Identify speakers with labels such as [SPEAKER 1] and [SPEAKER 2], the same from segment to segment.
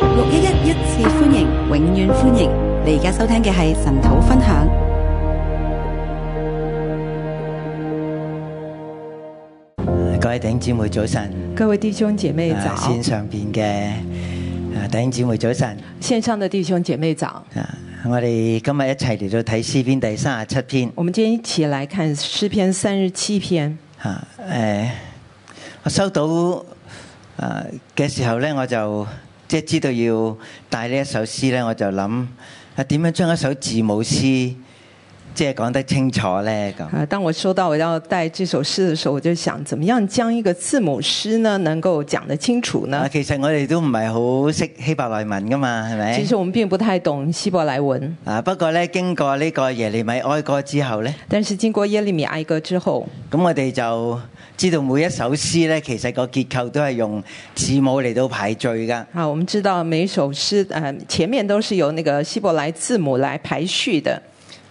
[SPEAKER 1] 六一一一次歡迎，永遠歡迎！你而家收聽嘅係神土分享。
[SPEAKER 2] 各位弟兄姊妹早晨，
[SPEAKER 3] 各位弟兄姐妹
[SPEAKER 2] 啊
[SPEAKER 3] 早，
[SPEAKER 2] 線上邊嘅啊弟兄姊妹早晨，
[SPEAKER 3] 线上的弟兄姐妹早。
[SPEAKER 2] 啊，我哋今日一齊嚟到睇詩篇第三十七篇，
[SPEAKER 3] 我们今天一起来看诗篇三十七篇。
[SPEAKER 2] 啊，誒、我收到啊嘅時候咧，我就即係知道要帶呢一首詩咧，我就諗啊點樣將一首字母詩即係講得清楚咧咁。
[SPEAKER 3] 啊，当我收到我要带这首诗的时候，我就想，怎么样将一个字母诗呢，能够讲得清楚
[SPEAKER 2] 啊，
[SPEAKER 3] 呢？
[SPEAKER 2] 其實我哋都唔係好識希伯來文噶嘛，係咪
[SPEAKER 3] 其？实我们并不太懂希伯来文，
[SPEAKER 2] 啊，不過咧經過呢個耶利米哀歌之後咧。
[SPEAKER 3] 但是经过耶利米哀歌之后，
[SPEAKER 2] 咁我哋就知道每一首詩呢，其實個結構都係用字母嚟到排序噶。
[SPEAKER 3] 啊，我们知道每一首诗，呃，前面都是由那个希伯来字母来排序的。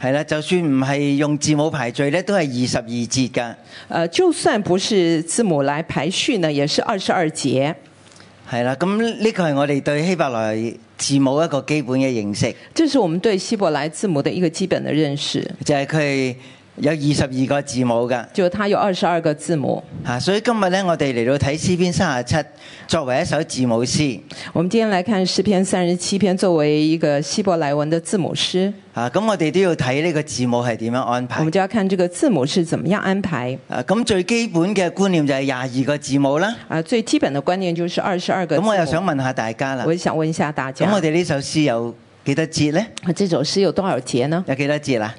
[SPEAKER 2] 係啦，就算唔係用字母排序呢，都係二十二節噶。
[SPEAKER 3] 呃，就算不是字母来排序呢，也是二十二节。
[SPEAKER 2] 係啦，咁呢個係我哋對希伯來字母一個基本嘅認識，
[SPEAKER 3] 这是我们对希伯来字母的一个基本的认识。
[SPEAKER 2] 就係佢係有二十二個字母噶。
[SPEAKER 3] 就它有二十二个字母。
[SPEAKER 2] 嚇、所以今日呢，我哋嚟到睇詩篇三十七作為一首字母詩。
[SPEAKER 3] 我们今天来看诗篇三十七篇，作为一个希伯来文的字母诗，
[SPEAKER 2] 嚇、咁我哋都要睇呢個字母係點樣安
[SPEAKER 3] 我
[SPEAKER 2] 排
[SPEAKER 3] 们。就要看这个字母是怎么样安排。
[SPEAKER 2] 啊，咁最基本嘅觀念就係廿二個字母啦。
[SPEAKER 3] 啊，最基本的观念就是二十二个字
[SPEAKER 2] 咁
[SPEAKER 3] 母。
[SPEAKER 2] 我又想問下大家啦。
[SPEAKER 3] 我也想问一下大
[SPEAKER 2] 咁我
[SPEAKER 3] 家，
[SPEAKER 2] 哋呢首詩有幾多節呢？
[SPEAKER 3] 啊这首诗有多少节呢？
[SPEAKER 2] 有幾多節啊？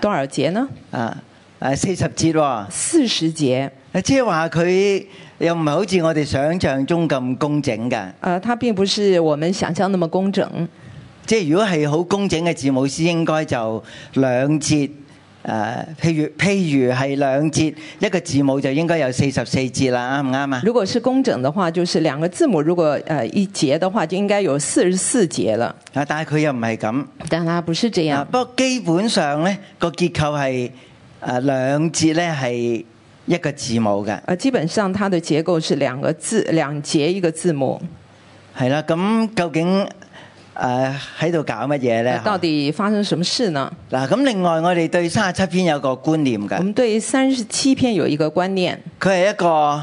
[SPEAKER 3] 多少节呢？
[SPEAKER 2] 啊啊四十節喎，
[SPEAKER 3] 四十节。
[SPEAKER 2] 即係話佢又唔係好似我哋想象中咁工整㗎。
[SPEAKER 3] 呃，它并不是我们想象那么工整。
[SPEAKER 2] 即係如果係好工整嘅字母詩，應該就兩節。誒、譬如譬如係兩節一個字母就應該有四十四節啦，啱唔啱啊？
[SPEAKER 3] 如果是工整的话，就是两个字母，如果呃一节的话，就应该有四十四节了。
[SPEAKER 2] 啊，但係佢又唔係咁。
[SPEAKER 3] 但它不是这样
[SPEAKER 2] 啊，。不過基本上呢個結構係誒、兩節呢係一個字母㗎。
[SPEAKER 3] 呃，基本上它的结构是两个字两节一个字母。
[SPEAKER 2] 係啦，咁究竟誒喺度搞乜嘢
[SPEAKER 3] 那
[SPEAKER 2] 咧？
[SPEAKER 3] 啊到底发生什么事呢？
[SPEAKER 2] 嗱，咁另外我哋對三十七篇有個觀念
[SPEAKER 3] 我
[SPEAKER 2] 㗎，
[SPEAKER 3] 们对三十七篇有一个观念，
[SPEAKER 2] 佢係一個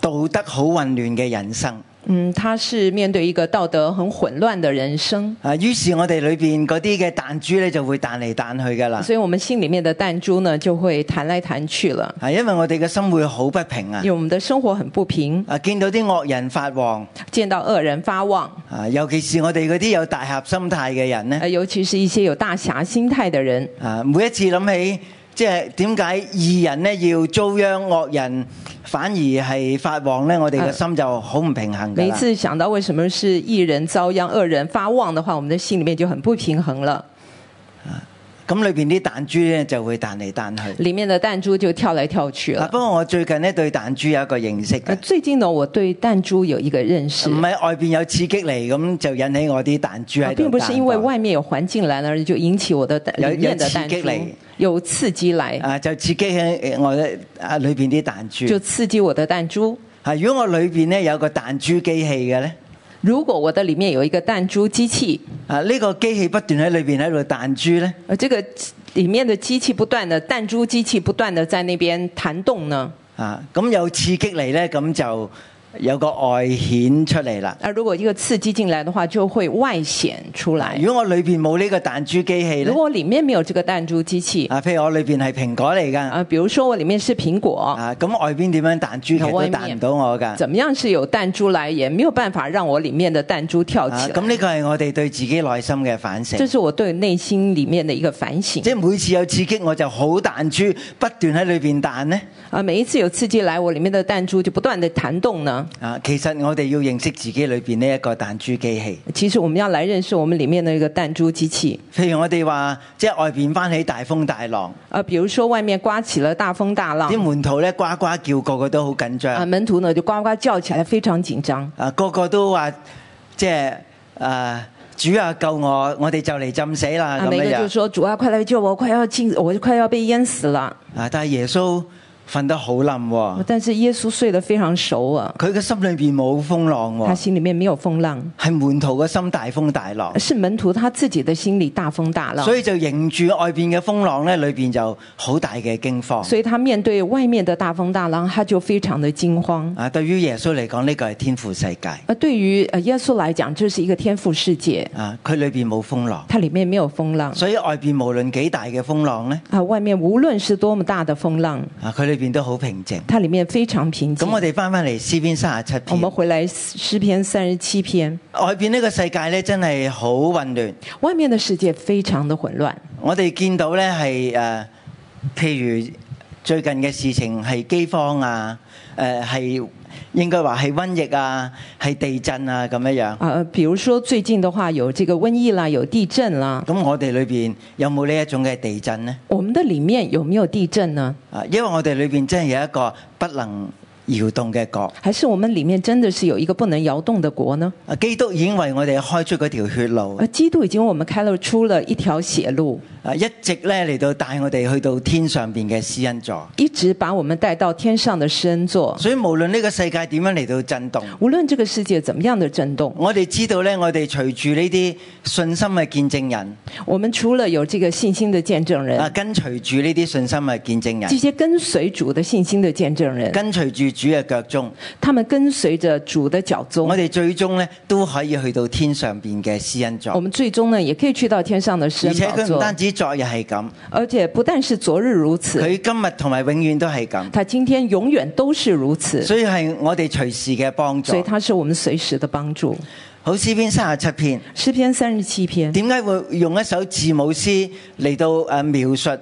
[SPEAKER 2] 道德好混亂嘅人生。
[SPEAKER 3] 嗯，他是面对一个道德很混乱的人生，
[SPEAKER 2] 啊，於是我哋裏邊嗰啲嘅彈珠咧就會彈嚟彈去㗎啦。
[SPEAKER 3] 所以我们心里面的弹珠呢就会弹来弹去了，
[SPEAKER 2] 啊，因為我哋嘅心會好不平啊
[SPEAKER 3] 因。为我们的生活很不平，
[SPEAKER 2] 啊，見到啲惡人發旺，
[SPEAKER 3] 见到恶人发旺，
[SPEAKER 2] 啊，尤其是我哋嗰啲有大俠心態嘅人呢。
[SPEAKER 3] 呃，尤其是一些有大侠心态的人，
[SPEAKER 2] 啊，每一次諗起，即係點解義人呢要遭殃，惡人反而係發旺呢？我哋嘅心就好唔平衡㗎
[SPEAKER 3] 啊每一
[SPEAKER 2] 啦
[SPEAKER 3] 次想到为什么是一人遭殃，恶人发旺的话，我们的心里面就很不平衡了，
[SPEAKER 2] 咁裏邊啲彈珠呢就會彈嚟彈去。
[SPEAKER 3] 里面的弹珠就跳来跳去
[SPEAKER 2] 啊，
[SPEAKER 3] 了。
[SPEAKER 2] 不過我最近呢對彈珠有一個認識
[SPEAKER 3] 呃，
[SPEAKER 2] 嘅，
[SPEAKER 3] 最近呢，我对弹珠有一个认识
[SPEAKER 2] 唔。係外邊有刺激嚟，咁就引起我啲彈珠
[SPEAKER 3] 啊，
[SPEAKER 2] 喺度彈過。
[SPEAKER 3] 并不是因为外面有环境来了，而就引起我的
[SPEAKER 2] 有
[SPEAKER 3] 里面的弹珠
[SPEAKER 2] 有刺激嚟
[SPEAKER 3] 有刺激来，
[SPEAKER 2] 啊，就刺激喺我嘅啊裏邊啲彈
[SPEAKER 3] 就
[SPEAKER 2] 珠。
[SPEAKER 3] 刺激我的弹珠。
[SPEAKER 2] 啊，如果我裏邊呢有個彈珠機器嘅呢，
[SPEAKER 3] 如果我的里面有一个弹珠机器，
[SPEAKER 2] 啊呢、個機器不斷喺裏邊喺度彈珠呢。
[SPEAKER 3] 呃，这个里面的机器不断的弹珠机器不断的在那边弹动呢，
[SPEAKER 2] 啊，咁有刺激嚟呢，咁就有個外顯出嚟啦。
[SPEAKER 3] 啊，如果一个刺激进来的话，就会外显出来。
[SPEAKER 2] 如果我裏邊冇呢個彈珠機器呢
[SPEAKER 3] 如，果里面没有这个弹珠机器，
[SPEAKER 2] 啊，譬如我裏邊係蘋果嚟㗎，
[SPEAKER 3] 啊，比如说我里面是苹果，
[SPEAKER 2] 啊，咁外邊點樣彈珠其實都
[SPEAKER 3] 外面
[SPEAKER 2] 彈唔到我㗎。
[SPEAKER 3] 怎么样是有弹珠来，也没有办法让我里面的弹珠跳
[SPEAKER 2] 啊，
[SPEAKER 3] 起
[SPEAKER 2] 咁
[SPEAKER 3] 来。
[SPEAKER 2] 呢個係我哋對自己內心嘅反省
[SPEAKER 3] 这，是我对内心里面的一个反省
[SPEAKER 2] 即。係每次有刺激我就好彈珠，不斷喺裏邊彈呢。
[SPEAKER 3] 啊，每一次有刺激来，我里面的弹珠就不断的弹动呢。
[SPEAKER 2] 啊，其實我哋要認識自己裏邊呢一個彈珠機器。
[SPEAKER 3] 其实我们要来认识我们里面的一个弹珠机器。
[SPEAKER 2] 譬如我哋話，即係外邊翻起大風大浪，
[SPEAKER 3] 啊，比如说外面刮起了大风大浪
[SPEAKER 2] 啲，門徒呢呱呱叫，個個都好緊張
[SPEAKER 3] 啊，。门徒呢就呱呱叫起来，非常紧张。
[SPEAKER 2] 啊，個個都話即係啊，主啊救我，我哋就嚟浸死啦
[SPEAKER 3] 啊，
[SPEAKER 2] 咁
[SPEAKER 3] 每个
[SPEAKER 2] 樣
[SPEAKER 3] 就
[SPEAKER 2] 樣。
[SPEAKER 3] 说：“主啊，快来救我，快要浸，我快要被淹死了。
[SPEAKER 2] 啊，但係耶穌瞓得好冧喎，
[SPEAKER 3] 但是耶稣睡得非常熟啊，
[SPEAKER 2] 佢嘅心裏邊冇風浪
[SPEAKER 3] 他
[SPEAKER 2] 喎，
[SPEAKER 3] 心里面没有风浪，
[SPEAKER 2] 係門徒嘅心大風大浪，
[SPEAKER 3] 是门徒他自己的心里大风大浪
[SPEAKER 2] 所。以就迎住外邊嘅風浪咧，裏邊就好大嘅驚慌。
[SPEAKER 3] 所以他面对外面的大风大浪，他就非常的惊慌。
[SPEAKER 2] 啊，對於耶穌嚟講，呢個係天父世界
[SPEAKER 3] 而对于呃耶稣来讲，这是一个天赋世界，
[SPEAKER 2] 啊，佢裏邊冇風浪，
[SPEAKER 3] 它里面没有风浪
[SPEAKER 2] 所以外邊無論幾大嘅風浪咧，
[SPEAKER 3] 啊，外面无论是多么大的风浪，
[SPEAKER 2] 啊，佢裏邊都好平靜。
[SPEAKER 3] 它里面非常平静
[SPEAKER 2] 咁。我哋翻翻嚟詩篇三十七
[SPEAKER 3] 我
[SPEAKER 2] 篇，
[SPEAKER 3] 们回来诗篇三十七篇，
[SPEAKER 2] 外邊呢個世界咧真係好混亂。
[SPEAKER 3] 外面的世界非常的混乱。
[SPEAKER 2] 我哋見到咧係誒，譬如最近嘅事情係饑荒啊，誒、係應該話係瘟疫啊，係地震啊咁樣樣。
[SPEAKER 3] 啊，比如说最近的话，有这个瘟疫啦，有地震啦。
[SPEAKER 2] 咁我哋裏邊有冇呢一種嘅地震呢？
[SPEAKER 3] 我们的里面有没有地震呢？
[SPEAKER 2] 啊，因為我哋裏邊真係有一個不能搖動嘅國。
[SPEAKER 3] 还是我们里面真的是有一個不能搖動的國呢？
[SPEAKER 2] 啊，基督已經為我哋開出嗰條血路，
[SPEAKER 3] 而基督已經為我們開了出了一條血路，
[SPEAKER 2] 啊，一直咧嚟到帶我哋去到天上邊嘅施恩座。
[SPEAKER 3] 一直把我們帶到天上的施恩座。
[SPEAKER 2] 所以無論呢個世界點樣嚟到震動，
[SPEAKER 3] 無論這個世界怎麼樣的震動，
[SPEAKER 2] 我哋知道咧，我哋隨住呢啲信心嘅見證人。
[SPEAKER 3] 我們除了有這個信心的見證
[SPEAKER 2] 啊，
[SPEAKER 3] 人，
[SPEAKER 2] 跟隨住呢啲信心嘅見證
[SPEAKER 3] 這
[SPEAKER 2] 人，
[SPEAKER 3] 些跟隨主的信心的見證人，
[SPEAKER 2] 跟隨住主嘅腳蹤，
[SPEAKER 3] 他們跟隨着主的腳
[SPEAKER 2] 我
[SPEAKER 3] 蹤，
[SPEAKER 2] 哋最終咧都可以去到天上邊嘅施恩
[SPEAKER 3] 我
[SPEAKER 2] 座。
[SPEAKER 3] 們最終呢也可以去到天上的
[SPEAKER 2] 而
[SPEAKER 3] 施恩
[SPEAKER 2] 且
[SPEAKER 3] 寶
[SPEAKER 2] 佢唔
[SPEAKER 3] 座
[SPEAKER 2] 單。止昨日係咁，
[SPEAKER 3] 而且不但是昨日如此，
[SPEAKER 2] 佢今日同埋永遠都係咁，
[SPEAKER 3] 他今天永遠都是如此，
[SPEAKER 2] 所以係我哋隨時嘅幫助
[SPEAKER 3] 所以。他是我們隨時的幫助。
[SPEAKER 2] 好詩篇三十七篇，
[SPEAKER 3] 詩篇三十七篇。
[SPEAKER 2] 點解會用一首字母詩嚟到誒描述誒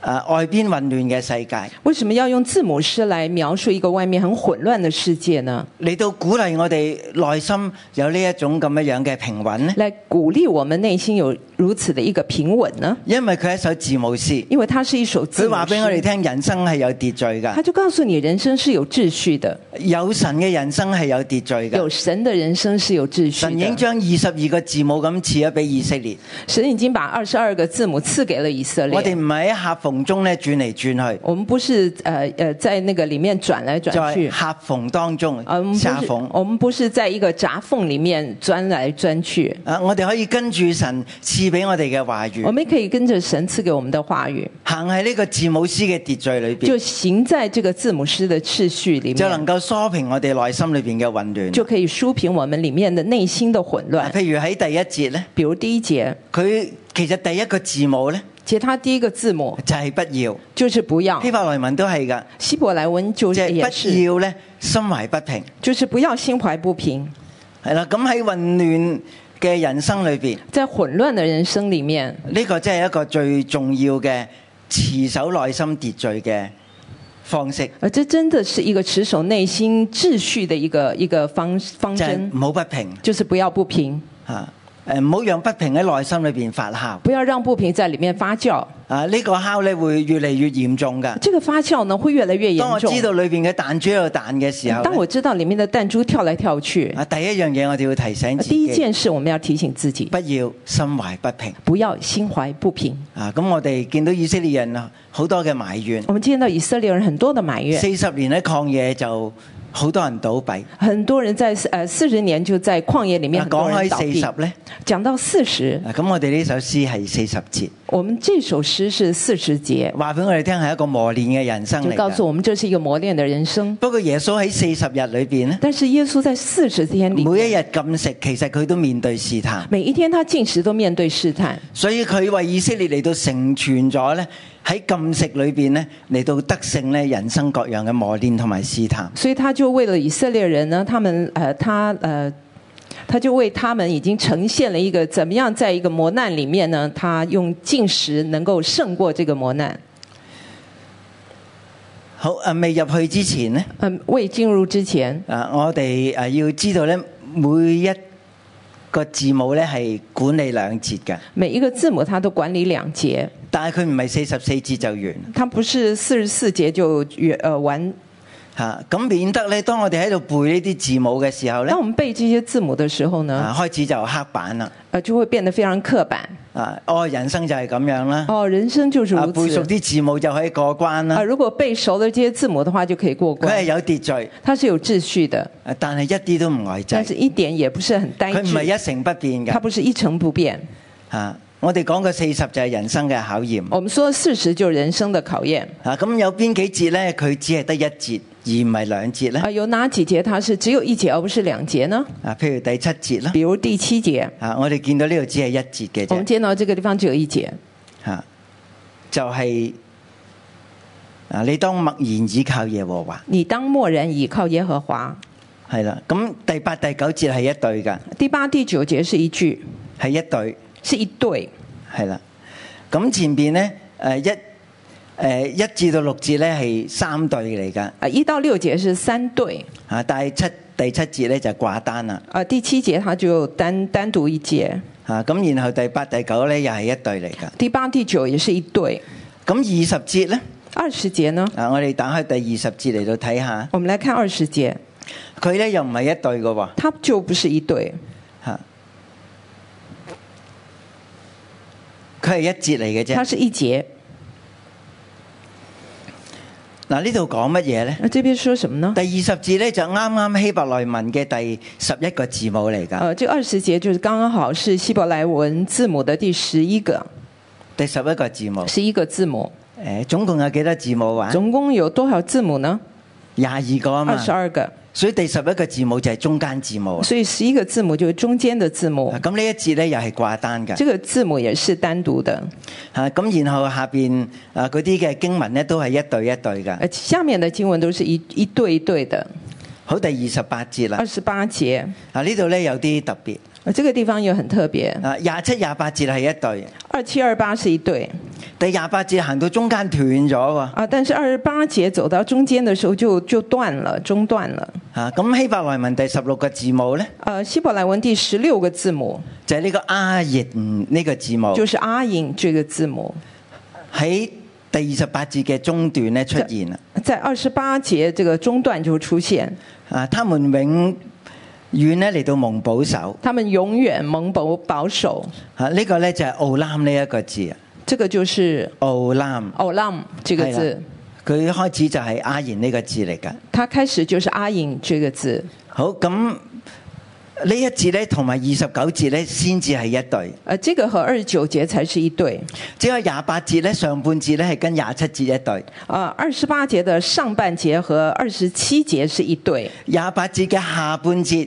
[SPEAKER 2] 啊外邊混亂嘅世界，
[SPEAKER 3] 为什么要用字母诗来描述一个外面很混乱的世界呢？
[SPEAKER 2] 嚟到鼓勵我哋內心有呢一種咁樣樣嘅平穩呢？
[SPEAKER 3] 来鼓励我们内心有如此的一个平稳呢？
[SPEAKER 2] 因為佢係一首字母詩，
[SPEAKER 3] 因为它是一首字
[SPEAKER 2] 佢
[SPEAKER 3] 母
[SPEAKER 2] 話俾我哋
[SPEAKER 3] 诗，
[SPEAKER 2] 聽，人生係有秩序㗎
[SPEAKER 3] 它。就告诉你人生是有秩序的，
[SPEAKER 2] 有神嘅人生係有秩序
[SPEAKER 3] 有
[SPEAKER 2] 嘅。
[SPEAKER 3] 神的人生是有秩序
[SPEAKER 2] 神已經
[SPEAKER 3] 的。
[SPEAKER 2] 將二十二個字母咁賜咗俾以色列，
[SPEAKER 3] 神已经把二十二个字母赐给了以色
[SPEAKER 2] 我哋
[SPEAKER 3] 列。
[SPEAKER 2] 唔係喺夾縫中咧轉嚟轉去，
[SPEAKER 3] 我们不是呃呃在那个里面转来
[SPEAKER 2] 就
[SPEAKER 3] 转
[SPEAKER 2] 係
[SPEAKER 3] 去，
[SPEAKER 2] 夾縫當中
[SPEAKER 3] 啊我们不
[SPEAKER 2] 下
[SPEAKER 3] 是
[SPEAKER 2] 縫。
[SPEAKER 3] 我们不是在一个夹缝里面钻来钻去，
[SPEAKER 2] 啊！我哋可以跟住神賜俾我哋嘅話
[SPEAKER 3] 我
[SPEAKER 2] 語，
[SPEAKER 3] 们可以跟着神赐给我们的话语，
[SPEAKER 2] 行喺呢個字母詩嘅秩序裏
[SPEAKER 3] 就
[SPEAKER 2] 邊，
[SPEAKER 3] 行在这个字母诗的秩序里
[SPEAKER 2] 就
[SPEAKER 3] 面。
[SPEAKER 2] 能夠梳平我哋內心裏邊嘅混亂。
[SPEAKER 3] 就可以梳平我们里面的内心的混
[SPEAKER 2] 啊
[SPEAKER 3] 乱。
[SPEAKER 2] 譬如喺第一節咧，
[SPEAKER 3] 比如第一节，
[SPEAKER 2] 佢其實第一個字母咧
[SPEAKER 3] 其实它第一个字母
[SPEAKER 2] 就係不要，
[SPEAKER 3] 就是不要
[SPEAKER 2] 希。伯來文都係㗎，
[SPEAKER 3] 希伯来文就
[SPEAKER 2] 即
[SPEAKER 3] 是也
[SPEAKER 2] 係不
[SPEAKER 3] 是，
[SPEAKER 2] 要咧，心懷不平。
[SPEAKER 3] 就是不要心怀不平。
[SPEAKER 2] 係啦，咁喺混亂嘅人生裏邊，
[SPEAKER 3] 在混乱的人生里面，
[SPEAKER 2] 呢、個真係一個最重要嘅持守內心秩序嘅方式，
[SPEAKER 3] 呃，这真的是一个持守内心秩序的一个一个方方
[SPEAKER 2] 就係
[SPEAKER 3] 针，
[SPEAKER 2] 唔好不平
[SPEAKER 3] 就是不要不平，
[SPEAKER 2] 嚇，誒唔好讓不平喺內心裏邊發酵
[SPEAKER 3] 不要讓不平在里面发酵。
[SPEAKER 2] 啊！呢、個酵咧會越嚟越嚴重㗎。
[SPEAKER 3] 这个发酵呢，会越来越
[SPEAKER 2] 當
[SPEAKER 3] 严
[SPEAKER 2] 我
[SPEAKER 3] 重
[SPEAKER 2] 知。道裏邊嘅彈珠喺度彈嘅時候
[SPEAKER 3] 当
[SPEAKER 2] 呢，
[SPEAKER 3] 我知道里面的弹珠跳来跳去，
[SPEAKER 2] 啊第一樣嘢我哋要提醒
[SPEAKER 3] 呃
[SPEAKER 2] 自
[SPEAKER 3] 第一
[SPEAKER 2] 己，
[SPEAKER 3] 件事我们要提醒自己，
[SPEAKER 2] 不要心懷不平
[SPEAKER 3] 不要心怀不平。
[SPEAKER 2] 啊！咁我哋見到以色列人啊好多嘅埋怨，
[SPEAKER 3] 我们见到以色列人很多的埋怨，
[SPEAKER 2] 四十年喺曠野就好多人倒閉。
[SPEAKER 3] 很多人在呃四十年就在旷野里面
[SPEAKER 2] 啊
[SPEAKER 3] 很多
[SPEAKER 2] 講
[SPEAKER 3] 人
[SPEAKER 2] 開
[SPEAKER 3] 倒
[SPEAKER 2] 四
[SPEAKER 3] 闭。
[SPEAKER 2] 十咧。
[SPEAKER 3] 讲到四十，
[SPEAKER 2] 啊咁我哋呢首詩係四十節，
[SPEAKER 3] 我们这首诗是四十节，
[SPEAKER 2] 話俾我哋聽係一個磨練嘅人生
[SPEAKER 3] 就
[SPEAKER 2] 嚟
[SPEAKER 3] 告
[SPEAKER 2] 㗎。
[SPEAKER 3] 诉我们这是一个磨练的人生。
[SPEAKER 2] 不過耶穌喺四十日裏邊咧，
[SPEAKER 3] 但是耶穌在四十天里，
[SPEAKER 2] 每一日禁食，其實佢都面對試探，
[SPEAKER 3] 每一天他进食都面对试探，
[SPEAKER 2] 所以佢為以色列嚟到成全咗咧喺禁食裏邊咧嚟到得勝咧人生各樣嘅磨練同埋試探。
[SPEAKER 3] 所以他就为了以色列人呢，他们呃他呃。他就为他们已经呈现了一个怎么样，在一个磨难里面呢，他用进食能够胜过这个磨难。
[SPEAKER 2] 好啊，未入去之前咧，
[SPEAKER 3] 嗯，未进入之前，
[SPEAKER 2] 啊我哋啊要知道咧每一個字母咧係管理兩節嘅，
[SPEAKER 3] 每一个字母它都管理两节，
[SPEAKER 2] 但係佢唔係四十四節就完。
[SPEAKER 3] 它不是四十四节就完呃完
[SPEAKER 2] 嚇，咁免得咧，當我哋喺度背呢啲字母嘅時候咧
[SPEAKER 3] 当，我们背这些字母的时候呢，
[SPEAKER 2] 啊開始就黑板啦，
[SPEAKER 3] 呃，就会变得非常刻板。
[SPEAKER 2] 啊哦人生就係咁樣啦，
[SPEAKER 3] 哦，人生就是
[SPEAKER 2] 啊
[SPEAKER 3] 如
[SPEAKER 2] 背熟
[SPEAKER 3] 此。
[SPEAKER 2] 啲字母就可以過關
[SPEAKER 3] 啊，
[SPEAKER 2] 啦，
[SPEAKER 3] 如果背熟了这些字母的话，就可以过
[SPEAKER 2] 佢係
[SPEAKER 3] 关。
[SPEAKER 2] 有秩序，
[SPEAKER 3] 它是有秩序的，
[SPEAKER 2] 啊但係一啲都唔呆
[SPEAKER 3] 但是
[SPEAKER 2] 滯，
[SPEAKER 3] 一点也不是很呆
[SPEAKER 2] 佢唔
[SPEAKER 3] 滞，
[SPEAKER 2] 係一成不變
[SPEAKER 3] 它
[SPEAKER 2] 嘅
[SPEAKER 3] 不是一成不变。
[SPEAKER 2] 嚇。我哋講嘅四十就係人生嘅考驗
[SPEAKER 3] 我们说四十就是人生的考验
[SPEAKER 2] 啊，咁有邊幾節咧？佢只係得一節，而唔係兩節咧
[SPEAKER 3] 啊，有哪几节它是只有一节而不是两节呢？
[SPEAKER 2] 啊，譬如第七節啦。
[SPEAKER 3] 比如第七节，
[SPEAKER 2] 啊，我哋見到呢度只係一節嘅
[SPEAKER 3] 我们
[SPEAKER 2] 啫，
[SPEAKER 3] 见到这个地方只有一节，
[SPEAKER 2] 嚇、就係、啊，你當默然倚靠耶和華，
[SPEAKER 3] 你当默然倚靠耶和华。
[SPEAKER 2] 係啦。咁第八、第九節係一對㗎，
[SPEAKER 3] 第八、第九节是一句，
[SPEAKER 2] 係一對，
[SPEAKER 3] 是一对。
[SPEAKER 2] 係啦。咁前邊呢，誒一誒一至到六節呢係三對嚟㗎，
[SPEAKER 3] 啊，一到六节是三对，
[SPEAKER 2] 啊，但係七第七節呢就掛單啦，
[SPEAKER 3] 啊，第七节它就单单独一节，
[SPEAKER 2] 啊，咁然後第八、第九呢又係一對嚟㗎。
[SPEAKER 3] 第八、第九也是一对。
[SPEAKER 2] 咁二十節呢，
[SPEAKER 3] 二十节呢？
[SPEAKER 2] 啊，我哋打開第二十節嚟到睇下，
[SPEAKER 3] 我们来看二十节，
[SPEAKER 2] 佢呢又唔係一對㗎喎。
[SPEAKER 3] 它就不是一对，
[SPEAKER 2] 吓，佢係一節嚟嘅
[SPEAKER 3] 它
[SPEAKER 2] 啫。
[SPEAKER 3] 是一节。
[SPEAKER 2] 嗱，呢度講乜嘢呢？
[SPEAKER 3] 那这边说什么呢
[SPEAKER 2] 第？二十節呢，就啱啱希伯來文嘅第十一個字母嚟㗎，
[SPEAKER 3] 呃，这二十节就是刚刚好是希伯来文字母的第十一个，
[SPEAKER 2] 第十一個字母。
[SPEAKER 3] 十一个字母。
[SPEAKER 2] 诶、總共有幾多字母話？
[SPEAKER 3] 总共有多少字母呢？
[SPEAKER 2] 廿二個啊
[SPEAKER 3] 二
[SPEAKER 2] 嘛
[SPEAKER 3] 十。二个，
[SPEAKER 2] 所以第十一個字母就係中間字母啊。
[SPEAKER 3] 所以十一个字母就是中间的字母
[SPEAKER 2] 啊。咁呢一節呢，又係掛單㗎。
[SPEAKER 3] 这个字母也是单独的，
[SPEAKER 2] 吓咁然後下边啊嗰啲嘅經文呢，都係一對一對㗎。
[SPEAKER 3] 呃，下面的经文都是一一对一对的。
[SPEAKER 2] 好，第二十八節啦
[SPEAKER 3] 二。十八节，
[SPEAKER 2] 啊，呢度呢，有啲特別。
[SPEAKER 3] 呃，这个地方也很特别。
[SPEAKER 2] 啊，廿七、廿八節係一對。
[SPEAKER 3] 二七二八是一对
[SPEAKER 2] 第廿八節行到中間斷咗喎，
[SPEAKER 3] 啊，但是二十八节走到中间的时候就就断了，中断了。
[SPEAKER 2] 啊咁希伯來文第十六個字母呢，
[SPEAKER 3] 呃，希伯来文第十六个字母
[SPEAKER 2] 就係、呢個阿熱呢個字母
[SPEAKER 3] 就是阿隐这个字母，
[SPEAKER 2] 喺第二十八節嘅中段咧出現啦。
[SPEAKER 3] 在二十八节这个中段就出现，
[SPEAKER 2] 啊，他們永遠咧嚟到蒙保守，
[SPEAKER 3] 他们永远蒙保保守，
[SPEAKER 2] 啊呢、個呢就係奧蘭呢一個字啊，
[SPEAKER 3] 这个就是
[SPEAKER 2] 奧蘭
[SPEAKER 3] olam 这个
[SPEAKER 2] 係
[SPEAKER 3] 字
[SPEAKER 2] 啦，佢開始就係阿熱呢個字嚟㗎。
[SPEAKER 3] 它开始就是阿隐这个字。
[SPEAKER 2] 好咁呢一節呢，同埋二十九節呢，先至係一對，
[SPEAKER 3] 呃，这个和二十九节才是一对，
[SPEAKER 2] 只有廿八節呢，上半節呢，係跟廿七節一對。
[SPEAKER 3] 呃，二十八节的上半节和二十七节是一对，
[SPEAKER 2] 廿八節嘅下半節，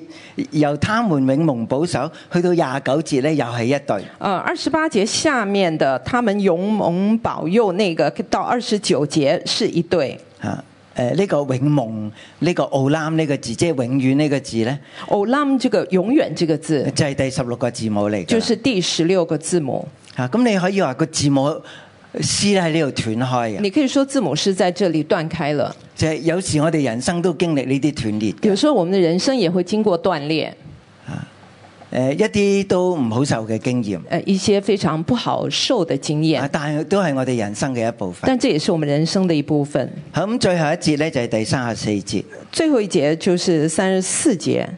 [SPEAKER 2] 由他們永蒙保守，去到廿九節呢，又係一對。
[SPEAKER 3] 呃，二十八节下面的他们永蒙保佑那个到二十九节是一对。
[SPEAKER 2] 啊，誒、呢、個永蒙呢、個奧蘭呢個字，即係永遠呢個字呢，
[SPEAKER 3] olam 这个永远这个字
[SPEAKER 2] 就係、第十六個字母嚟嘅。
[SPEAKER 3] 就是第十六个字母，
[SPEAKER 2] 啊，咁你可以話個字母 C 咧喺呢度斷開嘅，
[SPEAKER 3] 你可以说字母是在这里断开了。
[SPEAKER 2] 就係、有時我哋人生都經歷呢啲斷裂嘅，
[SPEAKER 3] 有
[SPEAKER 2] 誒、
[SPEAKER 3] 时候我们的人生也会经过断裂，
[SPEAKER 2] 一啲都唔好受嘅經驗，
[SPEAKER 3] 呃，一些非常不好受的经
[SPEAKER 2] 啊，
[SPEAKER 3] 验，
[SPEAKER 2] 但係都係我哋人生嘅一部分。
[SPEAKER 3] 但这也是我们人生的一部分。
[SPEAKER 2] 好咁，最後一節呢，就係、第三十四節。
[SPEAKER 3] 最后一节就是三十四节，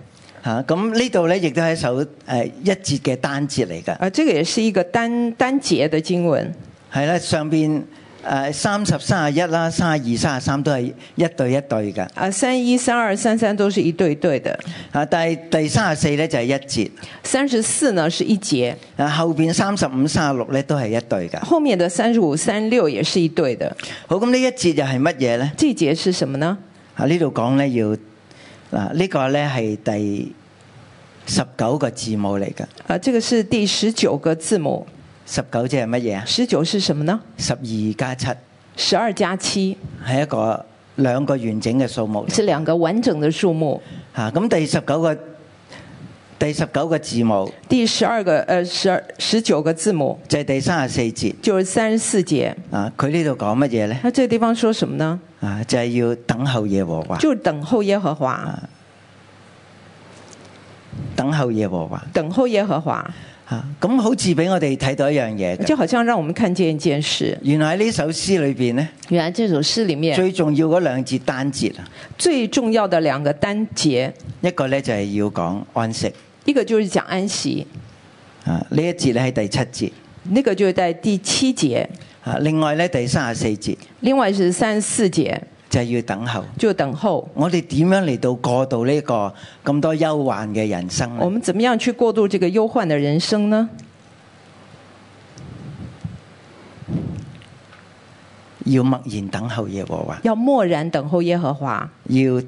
[SPEAKER 2] 嚇，啊咁呢度呢，亦都係一首誒、一節嘅單節嚟㗎。
[SPEAKER 3] 啊，这个也是一个单单节的经文，
[SPEAKER 2] 係啦，上邊誒三十、三十一啦、三十二、三十三都係一對一對嘅。
[SPEAKER 3] 啊，三一、三二、三三都是一对一對的，
[SPEAKER 2] 啊，但係第三十四咧就係一節，
[SPEAKER 3] 三十四呢是一节，
[SPEAKER 2] 啊後邊三十五、三十六咧都係一對嘅。
[SPEAKER 3] 后面的三十五、三六也是一对的。
[SPEAKER 2] 好，咁呢一節又係乜嘢咧？
[SPEAKER 3] 这节是什么呢？
[SPEAKER 2] 啊呢度講咧要嗱呢個咧係第十九個字母嚟嘅，
[SPEAKER 3] 啊，这个是第十九个字母，
[SPEAKER 2] 十九即係乜嘢啊？
[SPEAKER 3] 十九是什么呢？
[SPEAKER 2] 十二加七
[SPEAKER 3] 十二加七
[SPEAKER 2] 係一個兩個完整嘅數目嚟。
[SPEAKER 3] 是两个完整的数目。
[SPEAKER 2] 嚇、咁第十九個第十九個字母
[SPEAKER 3] 第十二个呃十二十九个字母
[SPEAKER 2] 就係第三十四節。
[SPEAKER 3] 就是三十四节。
[SPEAKER 2] 啊，佢呢度講乜嘢咧？
[SPEAKER 3] 那这个地方说什么呢？
[SPEAKER 2] 啊，就係、要等候耶和華，
[SPEAKER 3] 就是等候耶和华，
[SPEAKER 2] 等候耶和華。
[SPEAKER 3] 等候耶和华。
[SPEAKER 2] 啊，咁好似俾我哋睇到一樣嘢嘅，
[SPEAKER 3] 就好像让我们看见一件事。
[SPEAKER 2] 原來喺呢首詩裏邊呢，
[SPEAKER 3] 原来这首诗里面
[SPEAKER 2] 最重要嗰兩節單節啊，
[SPEAKER 3] 最重要的两个单节，
[SPEAKER 2] 一個呢就係要講安息
[SPEAKER 3] 一个就是讲安息，
[SPEAKER 2] 啊，呢一節咧喺第七節
[SPEAKER 3] 那个就是在第七节，
[SPEAKER 2] 啊，另外呢，第三十四節
[SPEAKER 3] 另外是三十四节，
[SPEAKER 2] 就係要等候。
[SPEAKER 3] 就等候。
[SPEAKER 2] 我哋點樣嚟到過渡呢個咁多憂患嘅人生
[SPEAKER 3] 我
[SPEAKER 2] 呢？
[SPEAKER 3] 们怎么样去过渡这个忧患的人生呢？
[SPEAKER 2] 要默然等候耶和華，
[SPEAKER 3] 要默然等候耶和華，
[SPEAKER 2] 要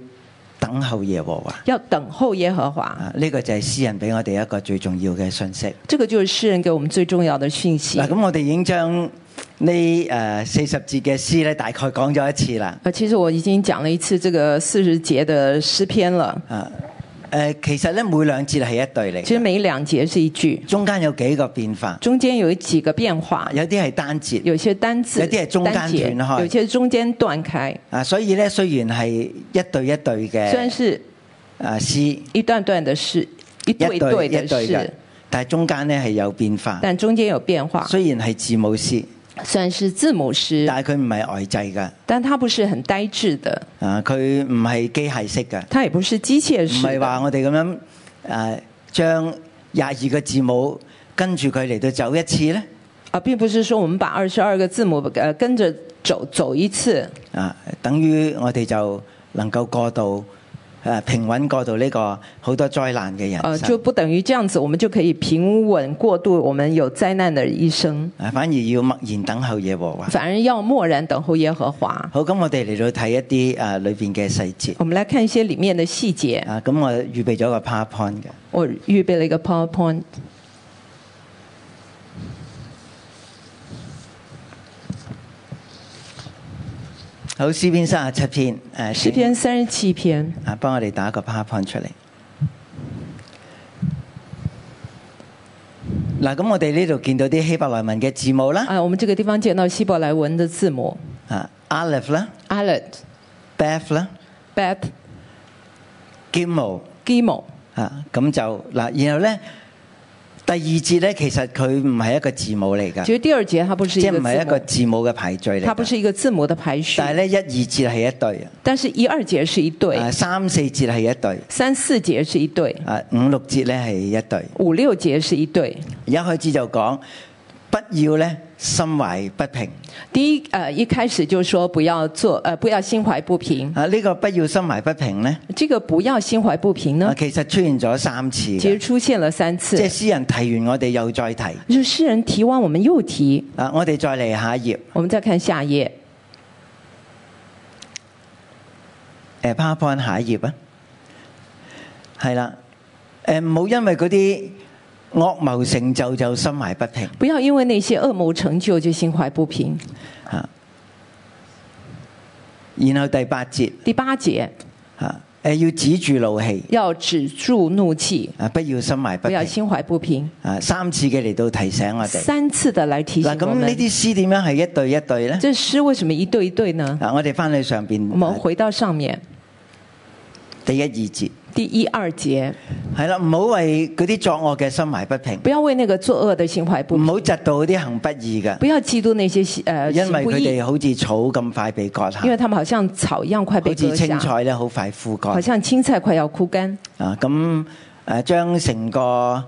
[SPEAKER 2] 等候耶和華。
[SPEAKER 3] 要等候耶和華。
[SPEAKER 2] 啊！呢、個就係詩人俾我哋一個最重要嘅信息。
[SPEAKER 3] 这个就是诗人给我们最重要的讯息
[SPEAKER 2] 嗱，。咁我哋已經將呢誒四十節嘅詩咧，大概講咗一次啦。
[SPEAKER 3] 呃，其实我已经讲了一次这个四十节的诗篇了。
[SPEAKER 2] 啊誒、其實咧每兩節係一對嚟
[SPEAKER 3] 其实
[SPEAKER 2] 嘅，
[SPEAKER 3] 每两节是一句，
[SPEAKER 2] 中間有幾個變化，
[SPEAKER 3] 中间有几个变化，
[SPEAKER 2] 有啲係單節
[SPEAKER 3] 有些单字
[SPEAKER 2] 有啲是中間
[SPEAKER 3] 单节
[SPEAKER 2] 斷開
[SPEAKER 3] 有些中间断开。
[SPEAKER 2] 啊，所以咧雖然係一對一對
[SPEAKER 3] 虽
[SPEAKER 2] 嘅
[SPEAKER 3] 然是
[SPEAKER 2] 啊詩，
[SPEAKER 3] 一段段的事，一
[SPEAKER 2] 一
[SPEAKER 3] 对
[SPEAKER 2] 對
[SPEAKER 3] 的
[SPEAKER 2] 一對嘅
[SPEAKER 3] 事，，
[SPEAKER 2] 但係中間咧係有變化。
[SPEAKER 3] 但中间有变化。
[SPEAKER 2] 雖然係字母詩，
[SPEAKER 3] 虽然是字母诗，
[SPEAKER 2] 但係佢唔係呆滯㗎，
[SPEAKER 3] 但它不是很呆滞的，
[SPEAKER 2] 啊佢唔係機械式㗎，
[SPEAKER 3] 它也不是机械
[SPEAKER 2] 唔
[SPEAKER 3] 式
[SPEAKER 2] 係話
[SPEAKER 3] 的，
[SPEAKER 2] 我哋咁樣誒將廿二個字母跟住佢嚟到走一次咧。
[SPEAKER 3] 啊，并不是说我们把二十二个字母呃跟着走走一次，
[SPEAKER 2] 啊，等於我哋就能夠過渡誒、啊平穩過渡呢個好多災難嘅人
[SPEAKER 3] 呃，就
[SPEAKER 2] 生。
[SPEAKER 3] 不等于这样子，我们就可以平稳过渡我们有灾难的一生，
[SPEAKER 2] 啊，反而要默然等候耶和華。
[SPEAKER 3] 反而要默然等候耶和华。
[SPEAKER 2] 好，咁我哋嚟到睇一啲誒裏邊嘅細節。
[SPEAKER 3] 我们来看一些里面的细节，
[SPEAKER 2] 啊，咁我預備咗個 PowerPoint 嘅。
[SPEAKER 3] 我预备了一个 PowerPoint，
[SPEAKER 2] 好，詩篇三十七篇。誒、
[SPEAKER 3] 诗
[SPEAKER 2] 請
[SPEAKER 3] 篇三十七篇，
[SPEAKER 2] 啊，幫我哋打個 PowerPoint 出嚟。嗱，咁我哋呢度見到啲希伯來文嘅字母啦，
[SPEAKER 3] 啊，我们这个地方见到希伯来文的字母
[SPEAKER 2] 啊，Aleph 啦
[SPEAKER 3] Alet、
[SPEAKER 2] ，Beth 啦
[SPEAKER 3] Beth、
[SPEAKER 2] ，Gimel
[SPEAKER 3] Gimel。
[SPEAKER 2] 啊，咁就嗱，然後咧第二節咧，其實佢唔係一個字母嚟
[SPEAKER 3] 其
[SPEAKER 2] 㗎，
[SPEAKER 3] 實第二節它不是
[SPEAKER 2] 即
[SPEAKER 3] 一
[SPEAKER 2] 係
[SPEAKER 3] 个
[SPEAKER 2] 唔係一個
[SPEAKER 3] 字
[SPEAKER 2] 字母嘅排序嚟
[SPEAKER 3] 母，它不
[SPEAKER 2] 㗎。
[SPEAKER 3] 是一个字母的排序，
[SPEAKER 2] 但係咧一二節係一對，
[SPEAKER 3] 但是一二節是一对，
[SPEAKER 2] 啊三四節係一對，
[SPEAKER 3] 三四節是一对，
[SPEAKER 2] 啊五六節咧係一對。
[SPEAKER 3] 五六節是一对。
[SPEAKER 2] 一開始就講不要咧心懷不平。
[SPEAKER 3] 第一，呃，一开始就说不要做，呃，不要心怀不平。
[SPEAKER 2] 啊，呢、個不要心懷不平呢，
[SPEAKER 3] 这个不要心怀不平
[SPEAKER 2] 啊
[SPEAKER 3] 呢，
[SPEAKER 2] 其實出現咗三次
[SPEAKER 3] 其
[SPEAKER 2] 嘅
[SPEAKER 3] 实出现了三
[SPEAKER 2] 即
[SPEAKER 3] 次
[SPEAKER 2] 係，詩人提完我哋又再提。
[SPEAKER 3] 就是诗人提完，我们又提。
[SPEAKER 2] 啊，我哋再嚟下一頁，
[SPEAKER 3] 我们再看下一页，
[SPEAKER 2] 誒呃 PowerPoint 下一頁啊，係啦，誒唔好因為嗰啲惡謀成就就心懷不平
[SPEAKER 3] 不要因为那些恶谋成就就心怀不平。
[SPEAKER 2] 啊。然後第八節
[SPEAKER 3] 第八节，
[SPEAKER 2] 啊，誒要止住怒氣
[SPEAKER 3] 要止住怒气，
[SPEAKER 2] 啊，不要心懷不
[SPEAKER 3] 不要
[SPEAKER 2] 平
[SPEAKER 3] 心怀不平。
[SPEAKER 2] 啊，三次嘅嚟到提醒我哋。
[SPEAKER 3] 三次的来提醒
[SPEAKER 2] 嗱，
[SPEAKER 3] 我
[SPEAKER 2] 咁呢
[SPEAKER 3] 们。
[SPEAKER 2] 啲詩點樣係一對一對呢？
[SPEAKER 3] 这诗为什么一对一对呢？
[SPEAKER 2] 啊，我哋翻去上邊
[SPEAKER 3] 我们
[SPEAKER 2] 啊
[SPEAKER 3] 回到上面
[SPEAKER 2] 第一二節。
[SPEAKER 3] 第一二节，
[SPEAKER 2] 係啦，唔好為嗰啲作惡嘅心懷不平，
[SPEAKER 3] 不要为那个作恶的心怀不
[SPEAKER 2] 唔
[SPEAKER 3] 平，
[SPEAKER 2] 好窒到嗰啲行不義嘅，
[SPEAKER 3] 不要嫉妒那些呃
[SPEAKER 2] 嗯因
[SPEAKER 3] 行
[SPEAKER 2] 為
[SPEAKER 3] 不
[SPEAKER 2] 佢
[SPEAKER 3] 义，
[SPEAKER 2] 哋好似草咁快被割下，
[SPEAKER 3] 因
[SPEAKER 2] 好
[SPEAKER 3] 为他们好像草一样快被割
[SPEAKER 2] 似青
[SPEAKER 3] 下，
[SPEAKER 2] 菜咧好快枯
[SPEAKER 3] 好
[SPEAKER 2] 乾
[SPEAKER 3] 像青菜快要枯干，
[SPEAKER 2] 啊！咁誒將成啊個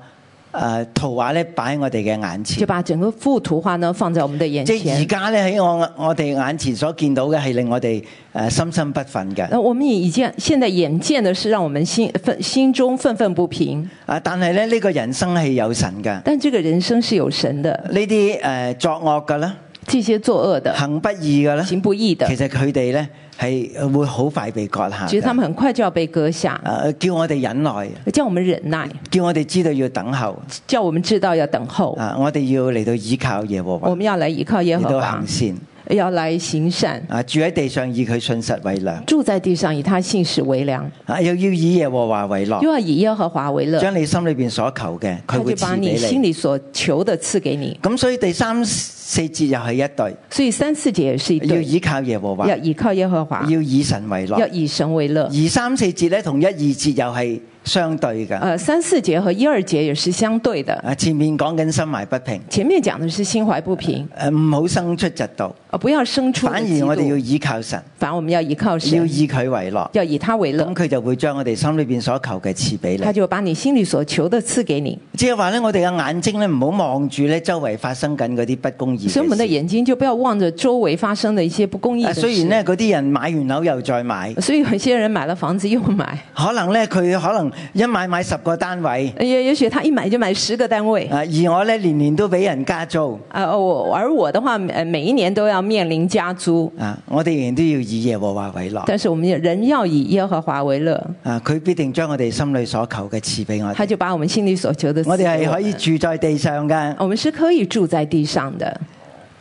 [SPEAKER 2] 誒圖畫咧擺喺我哋嘅眼
[SPEAKER 3] 就
[SPEAKER 2] 前，
[SPEAKER 3] 把整个幅圖画呢放在我们的眼
[SPEAKER 2] 即係而
[SPEAKER 3] 前。
[SPEAKER 2] 家咧喺我我哋眼前所見到嘅係令我哋誒心生不忿嘅
[SPEAKER 3] 那我们已经现在眼见的是让我们心愤心中愤愤不平，
[SPEAKER 2] 啊！但係咧呢個人生係有神嘅，呢
[SPEAKER 3] 但这个人生是有神的，
[SPEAKER 2] 啲誒作惡嘅啦，
[SPEAKER 3] 这些作恶的、
[SPEAKER 2] 行不義嘅啦，
[SPEAKER 3] 行不义的
[SPEAKER 2] 其，實佢哋咧係會好快被割下
[SPEAKER 3] 其实他
[SPEAKER 2] 嘅，
[SPEAKER 3] 们很快就要被割下，
[SPEAKER 2] 誒叫我哋忍耐。
[SPEAKER 3] 叫我们忍耐，
[SPEAKER 2] 叫我哋知道要等候
[SPEAKER 3] 叫我们知道要等候，
[SPEAKER 2] 啊！我哋要嚟到倚靠耶和
[SPEAKER 3] 我
[SPEAKER 2] 華，
[SPEAKER 3] 们要来依靠哦耶
[SPEAKER 2] 嚟
[SPEAKER 3] 和
[SPEAKER 2] 到
[SPEAKER 3] 华
[SPEAKER 2] 行。善
[SPEAKER 3] 要来行善，
[SPEAKER 2] 啊！住喺地上以佢信實為良
[SPEAKER 3] 住在地上以他信使為糧，
[SPEAKER 2] 啊！又要以耶和華為樂，
[SPEAKER 3] 又要以耶和華為樂，
[SPEAKER 2] 將你心裏邊所求嘅，
[SPEAKER 3] 他
[SPEAKER 2] 佢會
[SPEAKER 3] 就把
[SPEAKER 2] 賜
[SPEAKER 3] 你
[SPEAKER 2] 俾
[SPEAKER 3] 心
[SPEAKER 2] 你。
[SPEAKER 3] 里所求的賜給你。
[SPEAKER 2] 咁所以第三四節又係一對，
[SPEAKER 3] 所以三四節也是一
[SPEAKER 2] 要
[SPEAKER 3] 对，
[SPEAKER 2] 倚靠耶和華，
[SPEAKER 3] 要依靠耶和華，
[SPEAKER 2] 要以神為
[SPEAKER 3] 要
[SPEAKER 2] 樂。
[SPEAKER 3] 以神為樂。
[SPEAKER 2] 而三四節咧同一二節又係相對㗎。
[SPEAKER 3] 呃，三四节和一二节也是相对的。
[SPEAKER 2] 啊，前面講緊心懷不平，
[SPEAKER 3] 前面讲的是心怀不平，
[SPEAKER 2] 誒唔好生出嫉妒，
[SPEAKER 3] 呃，不要生出
[SPEAKER 2] 反
[SPEAKER 3] 的嫉
[SPEAKER 2] 而我哋要
[SPEAKER 3] 妒，
[SPEAKER 2] 倚靠神，
[SPEAKER 3] 反而我们要依靠
[SPEAKER 2] 要
[SPEAKER 3] 神，
[SPEAKER 2] 以佢為樂，
[SPEAKER 3] 要以他为乐
[SPEAKER 2] 咁，佢就會將我哋心裏邊所求嘅賜俾
[SPEAKER 3] 他
[SPEAKER 2] 你。
[SPEAKER 3] 就把你心里所求的赐给你。
[SPEAKER 2] 即係話咧，我哋嘅眼睛咧唔好望住咧周圍發生緊嗰啲不公義
[SPEAKER 3] 所以我
[SPEAKER 2] 嘅
[SPEAKER 3] 们的
[SPEAKER 2] 事。
[SPEAKER 3] 眼睛就不要望着周围发生的一些不公义
[SPEAKER 2] 啊
[SPEAKER 3] 的事。
[SPEAKER 2] 雖然咧嗰啲人買完樓又再買，
[SPEAKER 3] 所以有些人买了房子又买，
[SPEAKER 2] 可能咧佢可能一買買十個單位，
[SPEAKER 3] 也也许他一买就买十个单位。
[SPEAKER 2] 啊而我咧年年都俾人加租。
[SPEAKER 3] 啊，我而我的话，呃，每一年都要面临加租，
[SPEAKER 2] 啊！我哋仍然都要以耶和華為樂。
[SPEAKER 3] 但是我们人要以耶和华为乐，
[SPEAKER 2] 啊！佢必定將我哋心裏所求嘅賜俾我
[SPEAKER 3] 他
[SPEAKER 2] 哋。
[SPEAKER 3] 就把我们心里所求的赐
[SPEAKER 2] 我
[SPEAKER 3] 给
[SPEAKER 2] 哋
[SPEAKER 3] 我
[SPEAKER 2] 係
[SPEAKER 3] 们
[SPEAKER 2] 可以住在地上嘅。
[SPEAKER 3] 我们是可以住在地上的。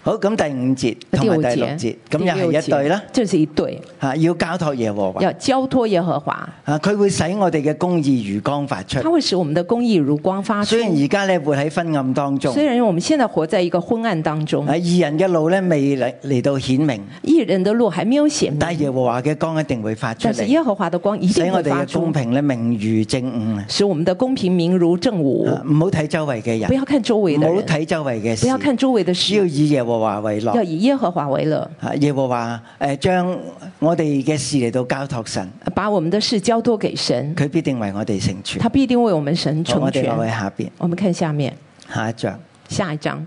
[SPEAKER 2] 好，咁第五節
[SPEAKER 3] 第
[SPEAKER 2] 同
[SPEAKER 3] 五
[SPEAKER 2] 埋第六節
[SPEAKER 3] 节，，
[SPEAKER 2] 咁
[SPEAKER 3] 第
[SPEAKER 2] 又
[SPEAKER 3] 六
[SPEAKER 2] 係一
[SPEAKER 3] 节
[SPEAKER 2] 對啦。
[SPEAKER 3] 这是一对，
[SPEAKER 2] 啊，要交託耶和華。
[SPEAKER 3] 要交托耶和华，
[SPEAKER 2] 啊，佢會使我哋嘅公義如光發出。
[SPEAKER 3] 他会使我们的公义如光发出
[SPEAKER 2] 雖。然而家咧活喺昏暗當中，
[SPEAKER 3] 虽然我们现在活在一个昏暗当中
[SPEAKER 2] 啊，，二人嘅路咧未嚟嚟到顯明，
[SPEAKER 3] 艺人的路还没有显明，
[SPEAKER 2] 但係耶和華嘅光一定會發出
[SPEAKER 3] 嗯但是
[SPEAKER 2] 嚟，
[SPEAKER 3] 耶和华的光一
[SPEAKER 2] 使
[SPEAKER 3] 定
[SPEAKER 2] 我
[SPEAKER 3] 会
[SPEAKER 2] 哋
[SPEAKER 3] 发
[SPEAKER 2] 嘅公
[SPEAKER 3] 出，
[SPEAKER 2] 平咧明如正午啊！
[SPEAKER 3] 使我们的公平明如正午。
[SPEAKER 2] 啊唔好睇周圍嘅
[SPEAKER 3] 哦
[SPEAKER 2] 人，
[SPEAKER 3] 不要看周围
[SPEAKER 2] 唔
[SPEAKER 3] 的
[SPEAKER 2] 好
[SPEAKER 3] 人，
[SPEAKER 2] 睇周圍嘅
[SPEAKER 3] 不要
[SPEAKER 2] 事，
[SPEAKER 3] 看周嗯围的
[SPEAKER 2] 只要
[SPEAKER 3] 事，
[SPEAKER 2] 以哦耶和華為
[SPEAKER 3] 要
[SPEAKER 2] 樂。
[SPEAKER 3] 以耶和华为乐，
[SPEAKER 2] 啊，耶和華誒將我哋嘅事嚟到交託神，
[SPEAKER 3] 把我们的事交托给神，
[SPEAKER 2] 佢必定為我哋成全。
[SPEAKER 3] 他必定为我们神
[SPEAKER 2] 好
[SPEAKER 3] 成
[SPEAKER 2] 我哋落
[SPEAKER 3] 全。
[SPEAKER 2] 去下邊
[SPEAKER 3] 我们看下面
[SPEAKER 2] 下一章，
[SPEAKER 3] 下一章，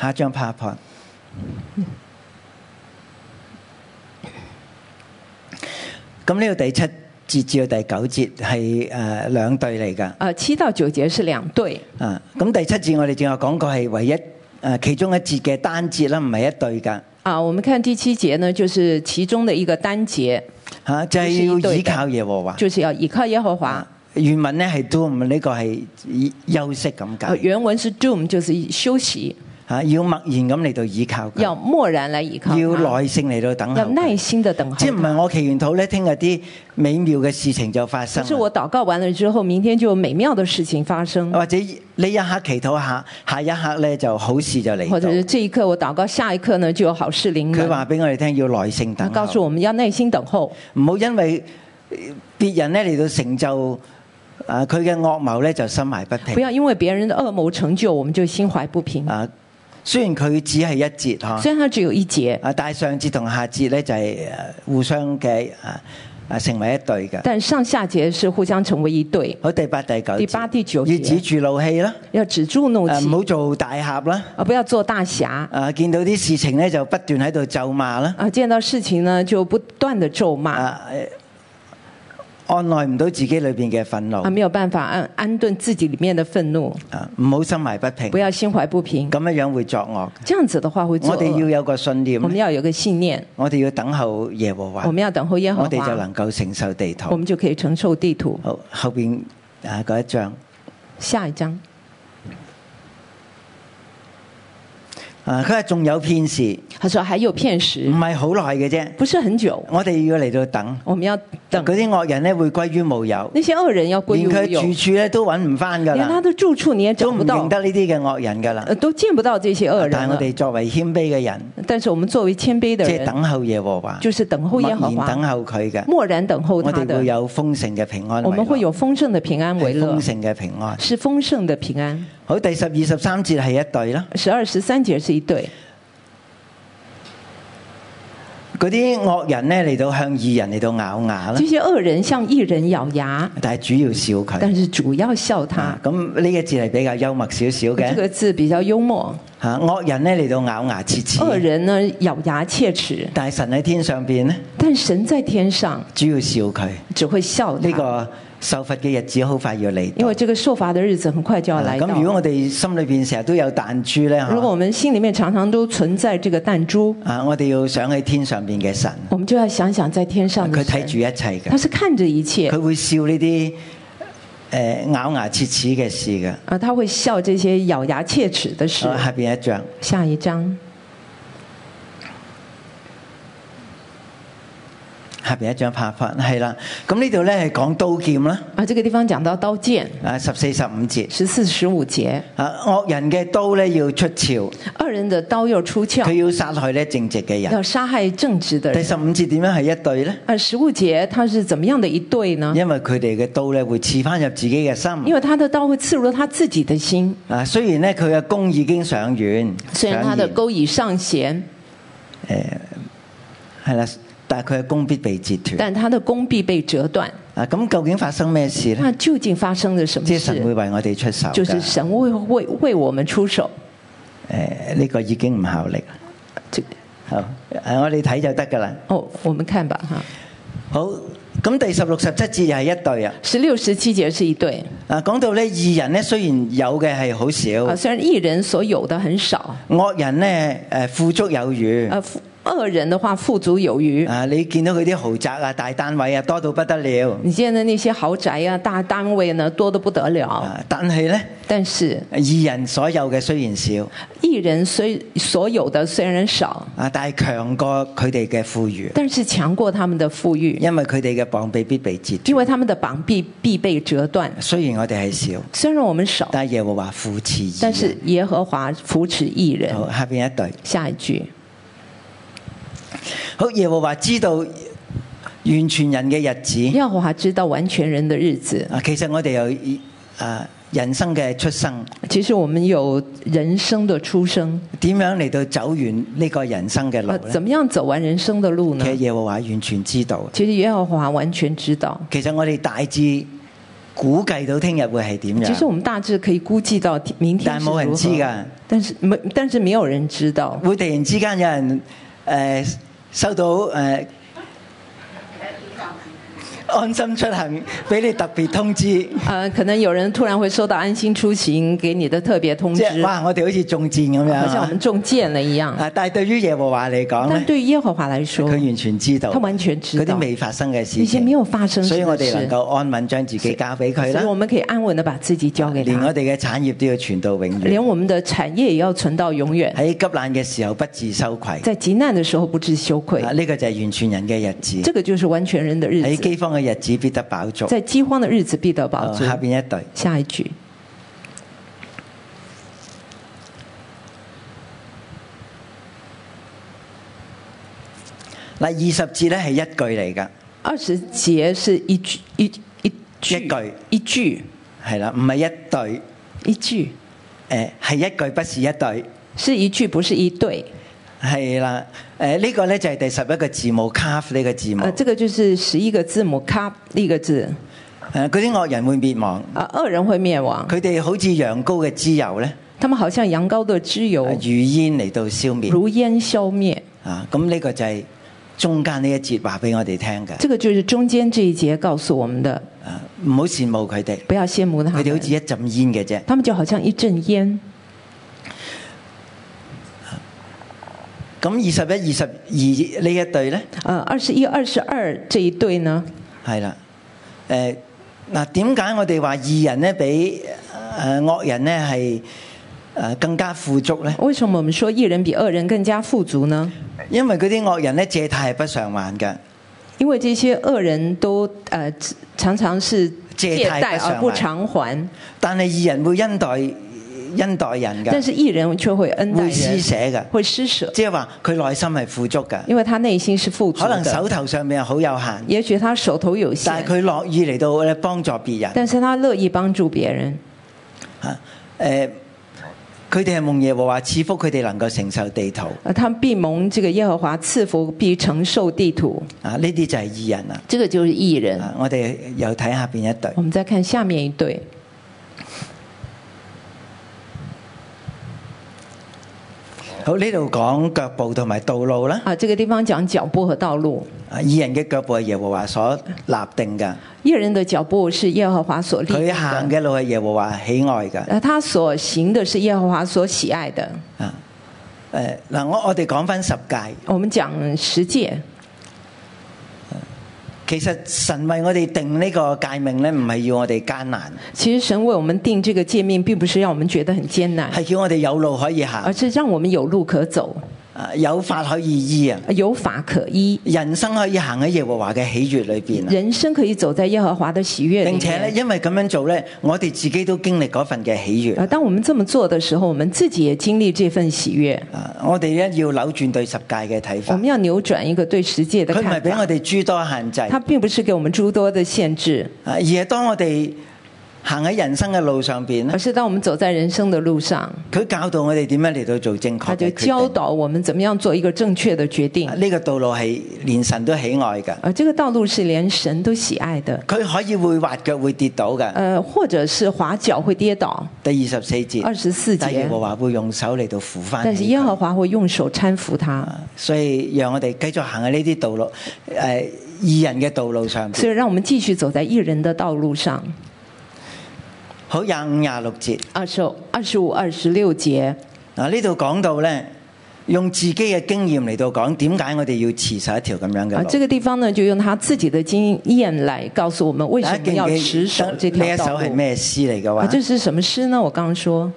[SPEAKER 2] 下一章 PowerPoint。咁呢個第七節至到第九節係誒兩對嚟㗎。
[SPEAKER 3] 呃，七到九节是两对，
[SPEAKER 2] 啊，咁第七節我哋正話講過係唯一誒、呃其中一節嘅單節啦，唔係一對㗎。
[SPEAKER 3] 啊，我们看第七节呢，就是其中的一个单节，
[SPEAKER 2] 嚇、啊就係、
[SPEAKER 3] 就是一
[SPEAKER 2] 要
[SPEAKER 3] 對
[SPEAKER 2] 依
[SPEAKER 3] 嘅
[SPEAKER 2] 靠耶和華。
[SPEAKER 3] 就是要倚靠耶和华。
[SPEAKER 2] 原文咧係 doom，呢個係以休息咁
[SPEAKER 3] 呃，
[SPEAKER 2] 解。
[SPEAKER 3] 原文是 doom，就是休息，
[SPEAKER 2] 嚇、要默然咁嚟到依靠佢，
[SPEAKER 3] 要默然来倚靠它，
[SPEAKER 2] 要耐性嚟到等候
[SPEAKER 3] 要耐
[SPEAKER 2] 佢。
[SPEAKER 3] 心的等候
[SPEAKER 2] 即係唔
[SPEAKER 3] 它。
[SPEAKER 2] 係我祈完禱咧，聽日啲美妙嘅事情就發生
[SPEAKER 3] 不是
[SPEAKER 2] 啦。
[SPEAKER 3] 我禱告完了之后，明天就有美妙的事情发生，
[SPEAKER 2] 或者呢一刻祈禱下，下一刻咧就好事就嚟
[SPEAKER 3] 或
[SPEAKER 2] 到
[SPEAKER 3] 者。是嗯这一刻我禱告，下一刻呢就有好事临
[SPEAKER 2] 佢
[SPEAKER 3] 门。
[SPEAKER 2] 話俾我哋聽，要耐性
[SPEAKER 3] 他
[SPEAKER 2] 等
[SPEAKER 3] 告诉
[SPEAKER 2] 候，
[SPEAKER 3] 我们要耐心等候，
[SPEAKER 2] 唔好因為呃別人咧嚟到成就啊佢嘅惡謀咧就心懷不
[SPEAKER 3] 不
[SPEAKER 2] 平。
[SPEAKER 3] 要因为别人的恶谋成就，我们就心怀不平。
[SPEAKER 2] 哎啊，雖然佢只係一節呵。
[SPEAKER 3] 虽然它只有一节，
[SPEAKER 2] 啊，但係上節同下節咧就係、呃互相嘅啊啊成為一對嘅。
[SPEAKER 3] 但上下节是互相成为一对，
[SPEAKER 2] 好，第八、第九節，
[SPEAKER 3] 第八第九節啊
[SPEAKER 2] 要止住怒氣啦，
[SPEAKER 3] 要止住怒
[SPEAKER 2] 啊
[SPEAKER 3] 气
[SPEAKER 2] 唔，好做大俠啦，
[SPEAKER 3] 啊，不要做大侠
[SPEAKER 2] 啊見到啲事情咧就不斷喺度咒罵啦，
[SPEAKER 3] 啊，见到事情呢就不断的咒骂啊，
[SPEAKER 2] 啊呃按耐唔到自己裏邊嘅憤怒，
[SPEAKER 3] 啊没有办法安安顿自己里面的愤怒，
[SPEAKER 2] 啊唔好心懷不平
[SPEAKER 3] 不，要心怀不平，
[SPEAKER 2] 咁樣樣會作惡。
[SPEAKER 3] 这样子的话会作
[SPEAKER 2] 我哋要
[SPEAKER 3] 恶。
[SPEAKER 2] 有個信念
[SPEAKER 3] 我，们要有个信念，
[SPEAKER 2] 我哋要等候耶和華
[SPEAKER 3] 我，们要等候耶和
[SPEAKER 2] 我哋就
[SPEAKER 3] 华，
[SPEAKER 2] 能夠承受地
[SPEAKER 3] 我
[SPEAKER 2] 土。
[SPEAKER 3] 们就可以承受地图。
[SPEAKER 2] 好，後邊啊嗰一章。
[SPEAKER 3] 下一章
[SPEAKER 2] 啊！佢話仲有片時，
[SPEAKER 3] 他说还有片
[SPEAKER 2] 唔
[SPEAKER 3] 时，
[SPEAKER 2] 係好耐嘅啫。
[SPEAKER 3] 嗯不是很久，
[SPEAKER 2] 我哋要嚟到等，
[SPEAKER 3] 我们要等
[SPEAKER 2] 嗰啲惡人咧會歸於無有，
[SPEAKER 3] 那些恶人要归于
[SPEAKER 2] 連
[SPEAKER 3] 无
[SPEAKER 2] 佢
[SPEAKER 3] 有。
[SPEAKER 2] 住處咧都揾唔翻㗎
[SPEAKER 3] 连他
[SPEAKER 2] 啦，
[SPEAKER 3] 的住处你也找
[SPEAKER 2] 都
[SPEAKER 3] 不
[SPEAKER 2] 唔
[SPEAKER 3] 到
[SPEAKER 2] 認，得呢啲嘅惡人㗎啦
[SPEAKER 3] 呃，。都见不到这些恶人
[SPEAKER 2] 但係我
[SPEAKER 3] 了。
[SPEAKER 2] 哋作為謙卑嘅人，
[SPEAKER 3] 但是我们作为谦卑的
[SPEAKER 2] 即係
[SPEAKER 3] 人，
[SPEAKER 2] 等候耶和華，
[SPEAKER 3] 就是等候
[SPEAKER 2] 默
[SPEAKER 3] 耶和
[SPEAKER 2] 然等
[SPEAKER 3] 华，
[SPEAKER 2] 候佢嘅，
[SPEAKER 3] 默然等候
[SPEAKER 2] 我
[SPEAKER 3] 他
[SPEAKER 2] 哋會
[SPEAKER 3] 的。
[SPEAKER 2] 有豐盛嘅平安為樂。
[SPEAKER 3] 我们会有丰盛的平安为
[SPEAKER 2] 係
[SPEAKER 3] 乐
[SPEAKER 2] 豐，盛嘅平安。
[SPEAKER 3] 是丰盛的平安。
[SPEAKER 2] 好，第十二十三節係一對啦。
[SPEAKER 3] 十二十三节是一对，
[SPEAKER 2] 嗰啲惡人咧嚟到向義人嚟到咬牙啦
[SPEAKER 3] 这，些恶人像一人咬牙，
[SPEAKER 2] 但係主要笑佢。
[SPEAKER 3] 但是主要笑他
[SPEAKER 2] 啊。咁呢個字係比較幽默少少
[SPEAKER 3] 这
[SPEAKER 2] 嘅。
[SPEAKER 3] 个字比较幽默，
[SPEAKER 2] 嚇惡人咧嚟到咬牙切
[SPEAKER 3] 恶
[SPEAKER 2] 齒，
[SPEAKER 3] 人呢咬牙切齿，
[SPEAKER 2] 但係神喺天上邊咧，
[SPEAKER 3] 但神在天上
[SPEAKER 2] 主要笑佢。
[SPEAKER 3] 只会笑
[SPEAKER 2] 呢
[SPEAKER 3] 他，
[SPEAKER 2] 個受罰嘅日子好快要嚟
[SPEAKER 3] 因
[SPEAKER 2] 到啊
[SPEAKER 3] 为。这个受罚的日子很快就要来
[SPEAKER 2] 咁
[SPEAKER 3] 到。
[SPEAKER 2] 如果我哋心裏邊成日都有彈珠咧，
[SPEAKER 3] 如果
[SPEAKER 2] 嚇
[SPEAKER 3] 我们心里面常常都存在这个弹珠，
[SPEAKER 2] 啊，我哋要想起天上邊嘅神，
[SPEAKER 3] 我们就要想想在天上
[SPEAKER 2] 佢
[SPEAKER 3] 的
[SPEAKER 2] 睇住
[SPEAKER 3] 神，
[SPEAKER 2] 一切
[SPEAKER 3] 他
[SPEAKER 2] 嘅，
[SPEAKER 3] 是看着一切
[SPEAKER 2] 佢會笑呢啲誒咬牙切齒嘅事嘅。啊
[SPEAKER 3] 啊，他会笑这些咬牙切齿的事
[SPEAKER 2] 好。下邊一章，
[SPEAKER 3] 下一章，
[SPEAKER 2] 下邊一張拍法係啦。咁呢度呢係講刀劍啦，
[SPEAKER 3] 啊，这个地方讲到刀剑，
[SPEAKER 2] 啊十四十五節
[SPEAKER 3] 十四十五节，
[SPEAKER 2] 啊惡人嘅刀呢要出鞘，
[SPEAKER 3] 二人的刀又出鞘
[SPEAKER 2] 佢，要殺害呢正直嘅人。
[SPEAKER 3] 要杀害正直的
[SPEAKER 2] 第
[SPEAKER 3] 人。
[SPEAKER 2] 十五節點樣係一對呢？
[SPEAKER 3] 啊，十五节他是怎么样的一对呢？
[SPEAKER 2] 因為佢哋嘅刀呢會刺翻入自己嘅心
[SPEAKER 3] 啊因。为他的刀会刺入他自己的心，
[SPEAKER 2] 啊，雖然呢，佢嘅弓已經上遠，
[SPEAKER 3] 虽然他的
[SPEAKER 2] 上弦
[SPEAKER 3] 钩已上弦，
[SPEAKER 2] 係啦，但係佢嘅弓必被截斷。
[SPEAKER 3] 但他的弓必被折断。
[SPEAKER 2] 啊，咁究竟發生咩事呢？
[SPEAKER 3] 那究竟发生了什么
[SPEAKER 2] 即係神會
[SPEAKER 3] 事？
[SPEAKER 2] 為我哋出手㗎。
[SPEAKER 3] 嗯就是神会为为我们出手。
[SPEAKER 2] 誒呢個已經唔效力啦。
[SPEAKER 3] 这
[SPEAKER 2] 好，誒我哋睇就得㗎啦。
[SPEAKER 3] 哦，我们看吧，哈，
[SPEAKER 2] 好，咁第十六十七節又係一對啊。
[SPEAKER 3] 十六、十七节是一对
[SPEAKER 2] 啊，講到呢義人呢，雖然有嘅係好少，
[SPEAKER 3] 啊，虽然一人所有的很少，
[SPEAKER 2] 惡人呢誒富足有餘。
[SPEAKER 3] 呃，富恶人的话富足有余。
[SPEAKER 2] 啊，你見到佢啲豪宅啊、大單位啊多到不得了。
[SPEAKER 3] 你见的那些豪宅啊、大单位呢，多得不得了。
[SPEAKER 2] 啊，但係呢，
[SPEAKER 3] 但是
[SPEAKER 2] 義人所有嘅雖然少，
[SPEAKER 3] 一人虽所有的虽然少，
[SPEAKER 2] 啊，但係強過佢哋嘅富裕，
[SPEAKER 3] 但是强过他们的富裕，
[SPEAKER 2] 因為佢哋嘅膀臂必被截斷。
[SPEAKER 3] 因为他们的膀臂必被折断。
[SPEAKER 2] 雖然我哋係少，
[SPEAKER 3] 虽然我们少，
[SPEAKER 2] 但係耶和華扶持義人。
[SPEAKER 3] 但是耶和华扶持一人。
[SPEAKER 2] 好，下邊一對。
[SPEAKER 3] 下一句，
[SPEAKER 2] 好，耶和華知道完全人嘅日子。
[SPEAKER 3] 耶和华知道完全人的日子。
[SPEAKER 2] 啊，其實我哋有啊人生嘅出生，
[SPEAKER 3] 其实我们有人生的出生，
[SPEAKER 2] 點樣嚟到走完呢個人生嘅路
[SPEAKER 3] 呃，
[SPEAKER 2] 咧
[SPEAKER 3] 怎？么样走完人生的路
[SPEAKER 2] 其
[SPEAKER 3] 呢
[SPEAKER 2] 實？耶和華完全知道。
[SPEAKER 3] 其实耶和华完全知道。
[SPEAKER 2] 其實我哋大致估計到聽日會係點
[SPEAKER 3] 其实我
[SPEAKER 2] 樣，
[SPEAKER 3] 们大致可以估计到明天
[SPEAKER 2] 但
[SPEAKER 3] 是
[SPEAKER 2] 冇人
[SPEAKER 3] 如
[SPEAKER 2] 知
[SPEAKER 3] 何，
[SPEAKER 2] 㗎。
[SPEAKER 3] 但是没，但是没有人 知道，
[SPEAKER 2] 會突然之間有人誒、呃收到誒、呃安心出行，俾你特別通知。
[SPEAKER 3] 呃，可能有人突然会收到安心出行给你的特别通
[SPEAKER 2] 即
[SPEAKER 3] 知，
[SPEAKER 2] 係哇！我哋好似中箭咁
[SPEAKER 3] 好像我們
[SPEAKER 2] 樣，
[SPEAKER 3] 中箭了一樣。
[SPEAKER 2] 啊！但係對於耶和華嚟講
[SPEAKER 3] 但
[SPEAKER 2] 咧，
[SPEAKER 3] 對耶和華來說
[SPEAKER 2] 佢，完全知道，
[SPEAKER 3] 他完全知
[SPEAKER 2] 嗰
[SPEAKER 3] 道
[SPEAKER 2] 啲未發生嘅事
[SPEAKER 3] 那些
[SPEAKER 2] 情
[SPEAKER 3] 沒有發生
[SPEAKER 2] 所以我哋
[SPEAKER 3] 事的事
[SPEAKER 2] 能夠安穩將自己交俾佢
[SPEAKER 3] 所以我
[SPEAKER 2] 啦。
[SPEAKER 3] 們可以安穩的把自己交給
[SPEAKER 2] 連我
[SPEAKER 3] 他，
[SPEAKER 2] 哋嘅產業都要傳到永
[SPEAKER 3] 連
[SPEAKER 2] 遠。
[SPEAKER 3] 我們的產業也要存到永遠，
[SPEAKER 2] 喺急難嘅時候不自羞愧，
[SPEAKER 3] 在急難的時候不知羞愧
[SPEAKER 2] 啊！。呢個就係完全人嘅日
[SPEAKER 3] 這
[SPEAKER 2] 子。
[SPEAKER 3] 個就是完全人的日
[SPEAKER 2] 喺
[SPEAKER 3] 子，
[SPEAKER 2] 饑荒嘅日子必得飽足。
[SPEAKER 3] 在饑荒的日子必得
[SPEAKER 2] 好
[SPEAKER 3] 飽足。
[SPEAKER 2] 下邊一對。
[SPEAKER 3] 下一句，
[SPEAKER 2] 嗱，二十字咧係一句嚟㗎，
[SPEAKER 3] 二十節是一句一一
[SPEAKER 2] 一
[SPEAKER 3] 句
[SPEAKER 2] 句
[SPEAKER 3] 一句
[SPEAKER 2] 係啦，唔係一對，
[SPEAKER 3] 一句
[SPEAKER 2] 誒係一句不是一對，
[SPEAKER 3] 是一句，不是一對。
[SPEAKER 2] 係啦，誒呢個咧就係第十一個字母 calf 呢個字母，
[SPEAKER 3] 呃，
[SPEAKER 2] 誒
[SPEAKER 3] 這個就是十一個字母卡一個字。
[SPEAKER 2] 呃嗰啲惡人會滅亡，
[SPEAKER 3] 啊，惡人會滅亡，
[SPEAKER 2] 佢哋好似羊羔嘅脂油咧，
[SPEAKER 3] 他們好像羊羔的脂油，
[SPEAKER 2] 如煙嚟到消滅
[SPEAKER 3] 如煙消滅。
[SPEAKER 2] 啊！咁呢個就係中間呢一節話俾我哋聽嘅，
[SPEAKER 3] 这個就是中間這一節告訴我們的，
[SPEAKER 2] 啊唔好羨慕佢哋，
[SPEAKER 3] 不要羨慕他
[SPEAKER 2] 佢
[SPEAKER 3] 們。
[SPEAKER 2] 哋好似一陣煙嘅啫。
[SPEAKER 3] 他們就好像一陣煙。
[SPEAKER 2] 咁二十一、二十二呢一對咧？
[SPEAKER 3] 呃，二十一、二十二這一對呢，
[SPEAKER 2] 係啦，誒嗱點解我哋話義人咧比誒惡人咧係誒更加富足咧？
[SPEAKER 3] 為什麼我們說義人比惡人更加富足呢？
[SPEAKER 2] 因為嗰啲惡人咧借貸係不償還嘅，
[SPEAKER 3] 因為這些惡人都呃常常是
[SPEAKER 2] 借
[SPEAKER 3] 借
[SPEAKER 2] 貸不
[SPEAKER 3] 貸
[SPEAKER 2] 償
[SPEAKER 3] 而不
[SPEAKER 2] 還
[SPEAKER 3] 償還，
[SPEAKER 2] 但係義人會恩待恩待人
[SPEAKER 3] 但
[SPEAKER 2] 嘅，
[SPEAKER 3] 是義人卻會恩待
[SPEAKER 2] 會施
[SPEAKER 3] 人，
[SPEAKER 2] 捨嘅，
[SPEAKER 3] 會施舍，
[SPEAKER 2] 即係話佢內心係富足嘅。
[SPEAKER 3] 因為他內心是富足
[SPEAKER 2] 可能
[SPEAKER 3] 的。
[SPEAKER 2] 手頭上面好有限，
[SPEAKER 3] 也許他手頭有
[SPEAKER 2] 但係，
[SPEAKER 3] 限
[SPEAKER 2] 佢樂意嚟到咧幫助別人。
[SPEAKER 3] 但是他樂意幫助別人。
[SPEAKER 2] 嚇誒，呃佢哋係蒙耶和華賜福，佢哋能夠承受地土。
[SPEAKER 3] 呃，他们必蒙這個耶和華賜福，必承受地土。
[SPEAKER 2] 啊，呢啲就係義人啦。
[SPEAKER 3] 這個就是義人。
[SPEAKER 2] 啊，我哋又睇下邊一對。
[SPEAKER 3] 我們再看下面一對，
[SPEAKER 2] 好，呢度講腳步同埋道路啦。
[SPEAKER 3] 啊，這個地方講腳步和道路。
[SPEAKER 2] 啊，義人嘅腳步係耶和華所立定㗎，
[SPEAKER 3] 義人的腳步是耶和華所立定
[SPEAKER 2] 佢行
[SPEAKER 3] 的，
[SPEAKER 2] 嘅路係耶和華喜愛㗎。
[SPEAKER 3] 呃，他所行的是耶和華所喜愛的。
[SPEAKER 2] 啊，誒、嗱，我我哋講翻十戒，
[SPEAKER 3] 我們講十戒，
[SPEAKER 2] 其實神為我哋定呢個戒命咧，唔係要我哋艱難，
[SPEAKER 3] 其實神為我們定這個誡命，並不是讓我們覺得很艱難，
[SPEAKER 2] 係叫我哋有路可以行
[SPEAKER 3] 而。是讓我們有路可走。
[SPEAKER 2] 啊有法可以醫啊，
[SPEAKER 3] 有法可依，
[SPEAKER 2] 人生可以行喺耶和華嘅喜悦裏邊啊。
[SPEAKER 3] 人生可以走在耶和華的喜悦里
[SPEAKER 2] 並且咧，
[SPEAKER 3] 面。
[SPEAKER 2] 因為咁樣做咧，我哋自己都經歷嗰份嘅喜悦。
[SPEAKER 3] 啊，当我们这么做的时候，我们自己也经历这份喜悦。
[SPEAKER 2] 啊我哋咧要扭轉對十戒嘅睇
[SPEAKER 3] 我
[SPEAKER 2] 法
[SPEAKER 3] 们，要扭转一个对世界的
[SPEAKER 2] 佢唔係
[SPEAKER 3] 看
[SPEAKER 2] 俾我
[SPEAKER 3] 法，
[SPEAKER 2] 哋諸多限制，
[SPEAKER 3] 它
[SPEAKER 2] 啊
[SPEAKER 3] 并不是给我们诸多的限制，
[SPEAKER 2] 而係當我哋行喺人生嘅路上邊
[SPEAKER 3] 而
[SPEAKER 2] 咧，
[SPEAKER 3] 是当我们走在人生的路上，
[SPEAKER 2] 佢教導我哋點樣嚟到做正
[SPEAKER 3] 他
[SPEAKER 2] 確
[SPEAKER 3] 就
[SPEAKER 2] 嘅
[SPEAKER 3] 教
[SPEAKER 2] 決定。
[SPEAKER 3] 导我们怎么样做一个正确的决定
[SPEAKER 2] 啊。呢個道路係連神都喜愛㗎，
[SPEAKER 3] 而这个道路是连神都喜爱的，
[SPEAKER 2] 佢可以會滑腳會跌倒㗎。
[SPEAKER 3] 呃，或者是滑脚会跌倒，
[SPEAKER 2] 第二十四節，
[SPEAKER 3] 二十四
[SPEAKER 2] 但耶
[SPEAKER 3] 节
[SPEAKER 2] 和，華會用手嚟到扶翻
[SPEAKER 3] 但是
[SPEAKER 2] 起
[SPEAKER 3] 耶和
[SPEAKER 2] 佢。
[SPEAKER 3] 华会用手搀扶他，
[SPEAKER 2] 所以讓我哋繼續行喺呢啲道路，誒、呃、義人嘅道路上邊。
[SPEAKER 3] 所以让我们继续走在一人的道路上。
[SPEAKER 2] 好廿五廿六節。
[SPEAKER 3] 二十二十五、二十六节，
[SPEAKER 2] 嗱，呢度講到呢，用自己嘅經驗嚟到講，點解我哋要持守一條咁樣嘅
[SPEAKER 3] 啊，
[SPEAKER 2] 路？
[SPEAKER 3] 这个地方呢，就用他自己的经验来告诉我们为
[SPEAKER 2] 大家
[SPEAKER 3] 什么
[SPEAKER 2] 記
[SPEAKER 3] 要
[SPEAKER 2] 唔
[SPEAKER 3] 持守
[SPEAKER 2] 記
[SPEAKER 3] 这
[SPEAKER 2] 得呢
[SPEAKER 3] 条
[SPEAKER 2] 一首
[SPEAKER 3] 道
[SPEAKER 2] 係
[SPEAKER 3] 路。
[SPEAKER 2] 咩詩嚟嘅
[SPEAKER 3] 啊，
[SPEAKER 2] 話？
[SPEAKER 3] 这是什么诗呢？我刚刚说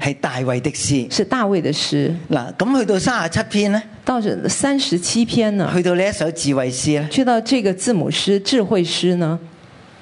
[SPEAKER 2] 係大衛的詩。
[SPEAKER 3] 是大卫的诗，
[SPEAKER 2] 嗱，咁去到三十七篇呢，
[SPEAKER 3] 到这三十七篇呢，
[SPEAKER 2] 去到呢一首智慧詩呢，
[SPEAKER 3] 去到这个字母诗、智慧诗呢，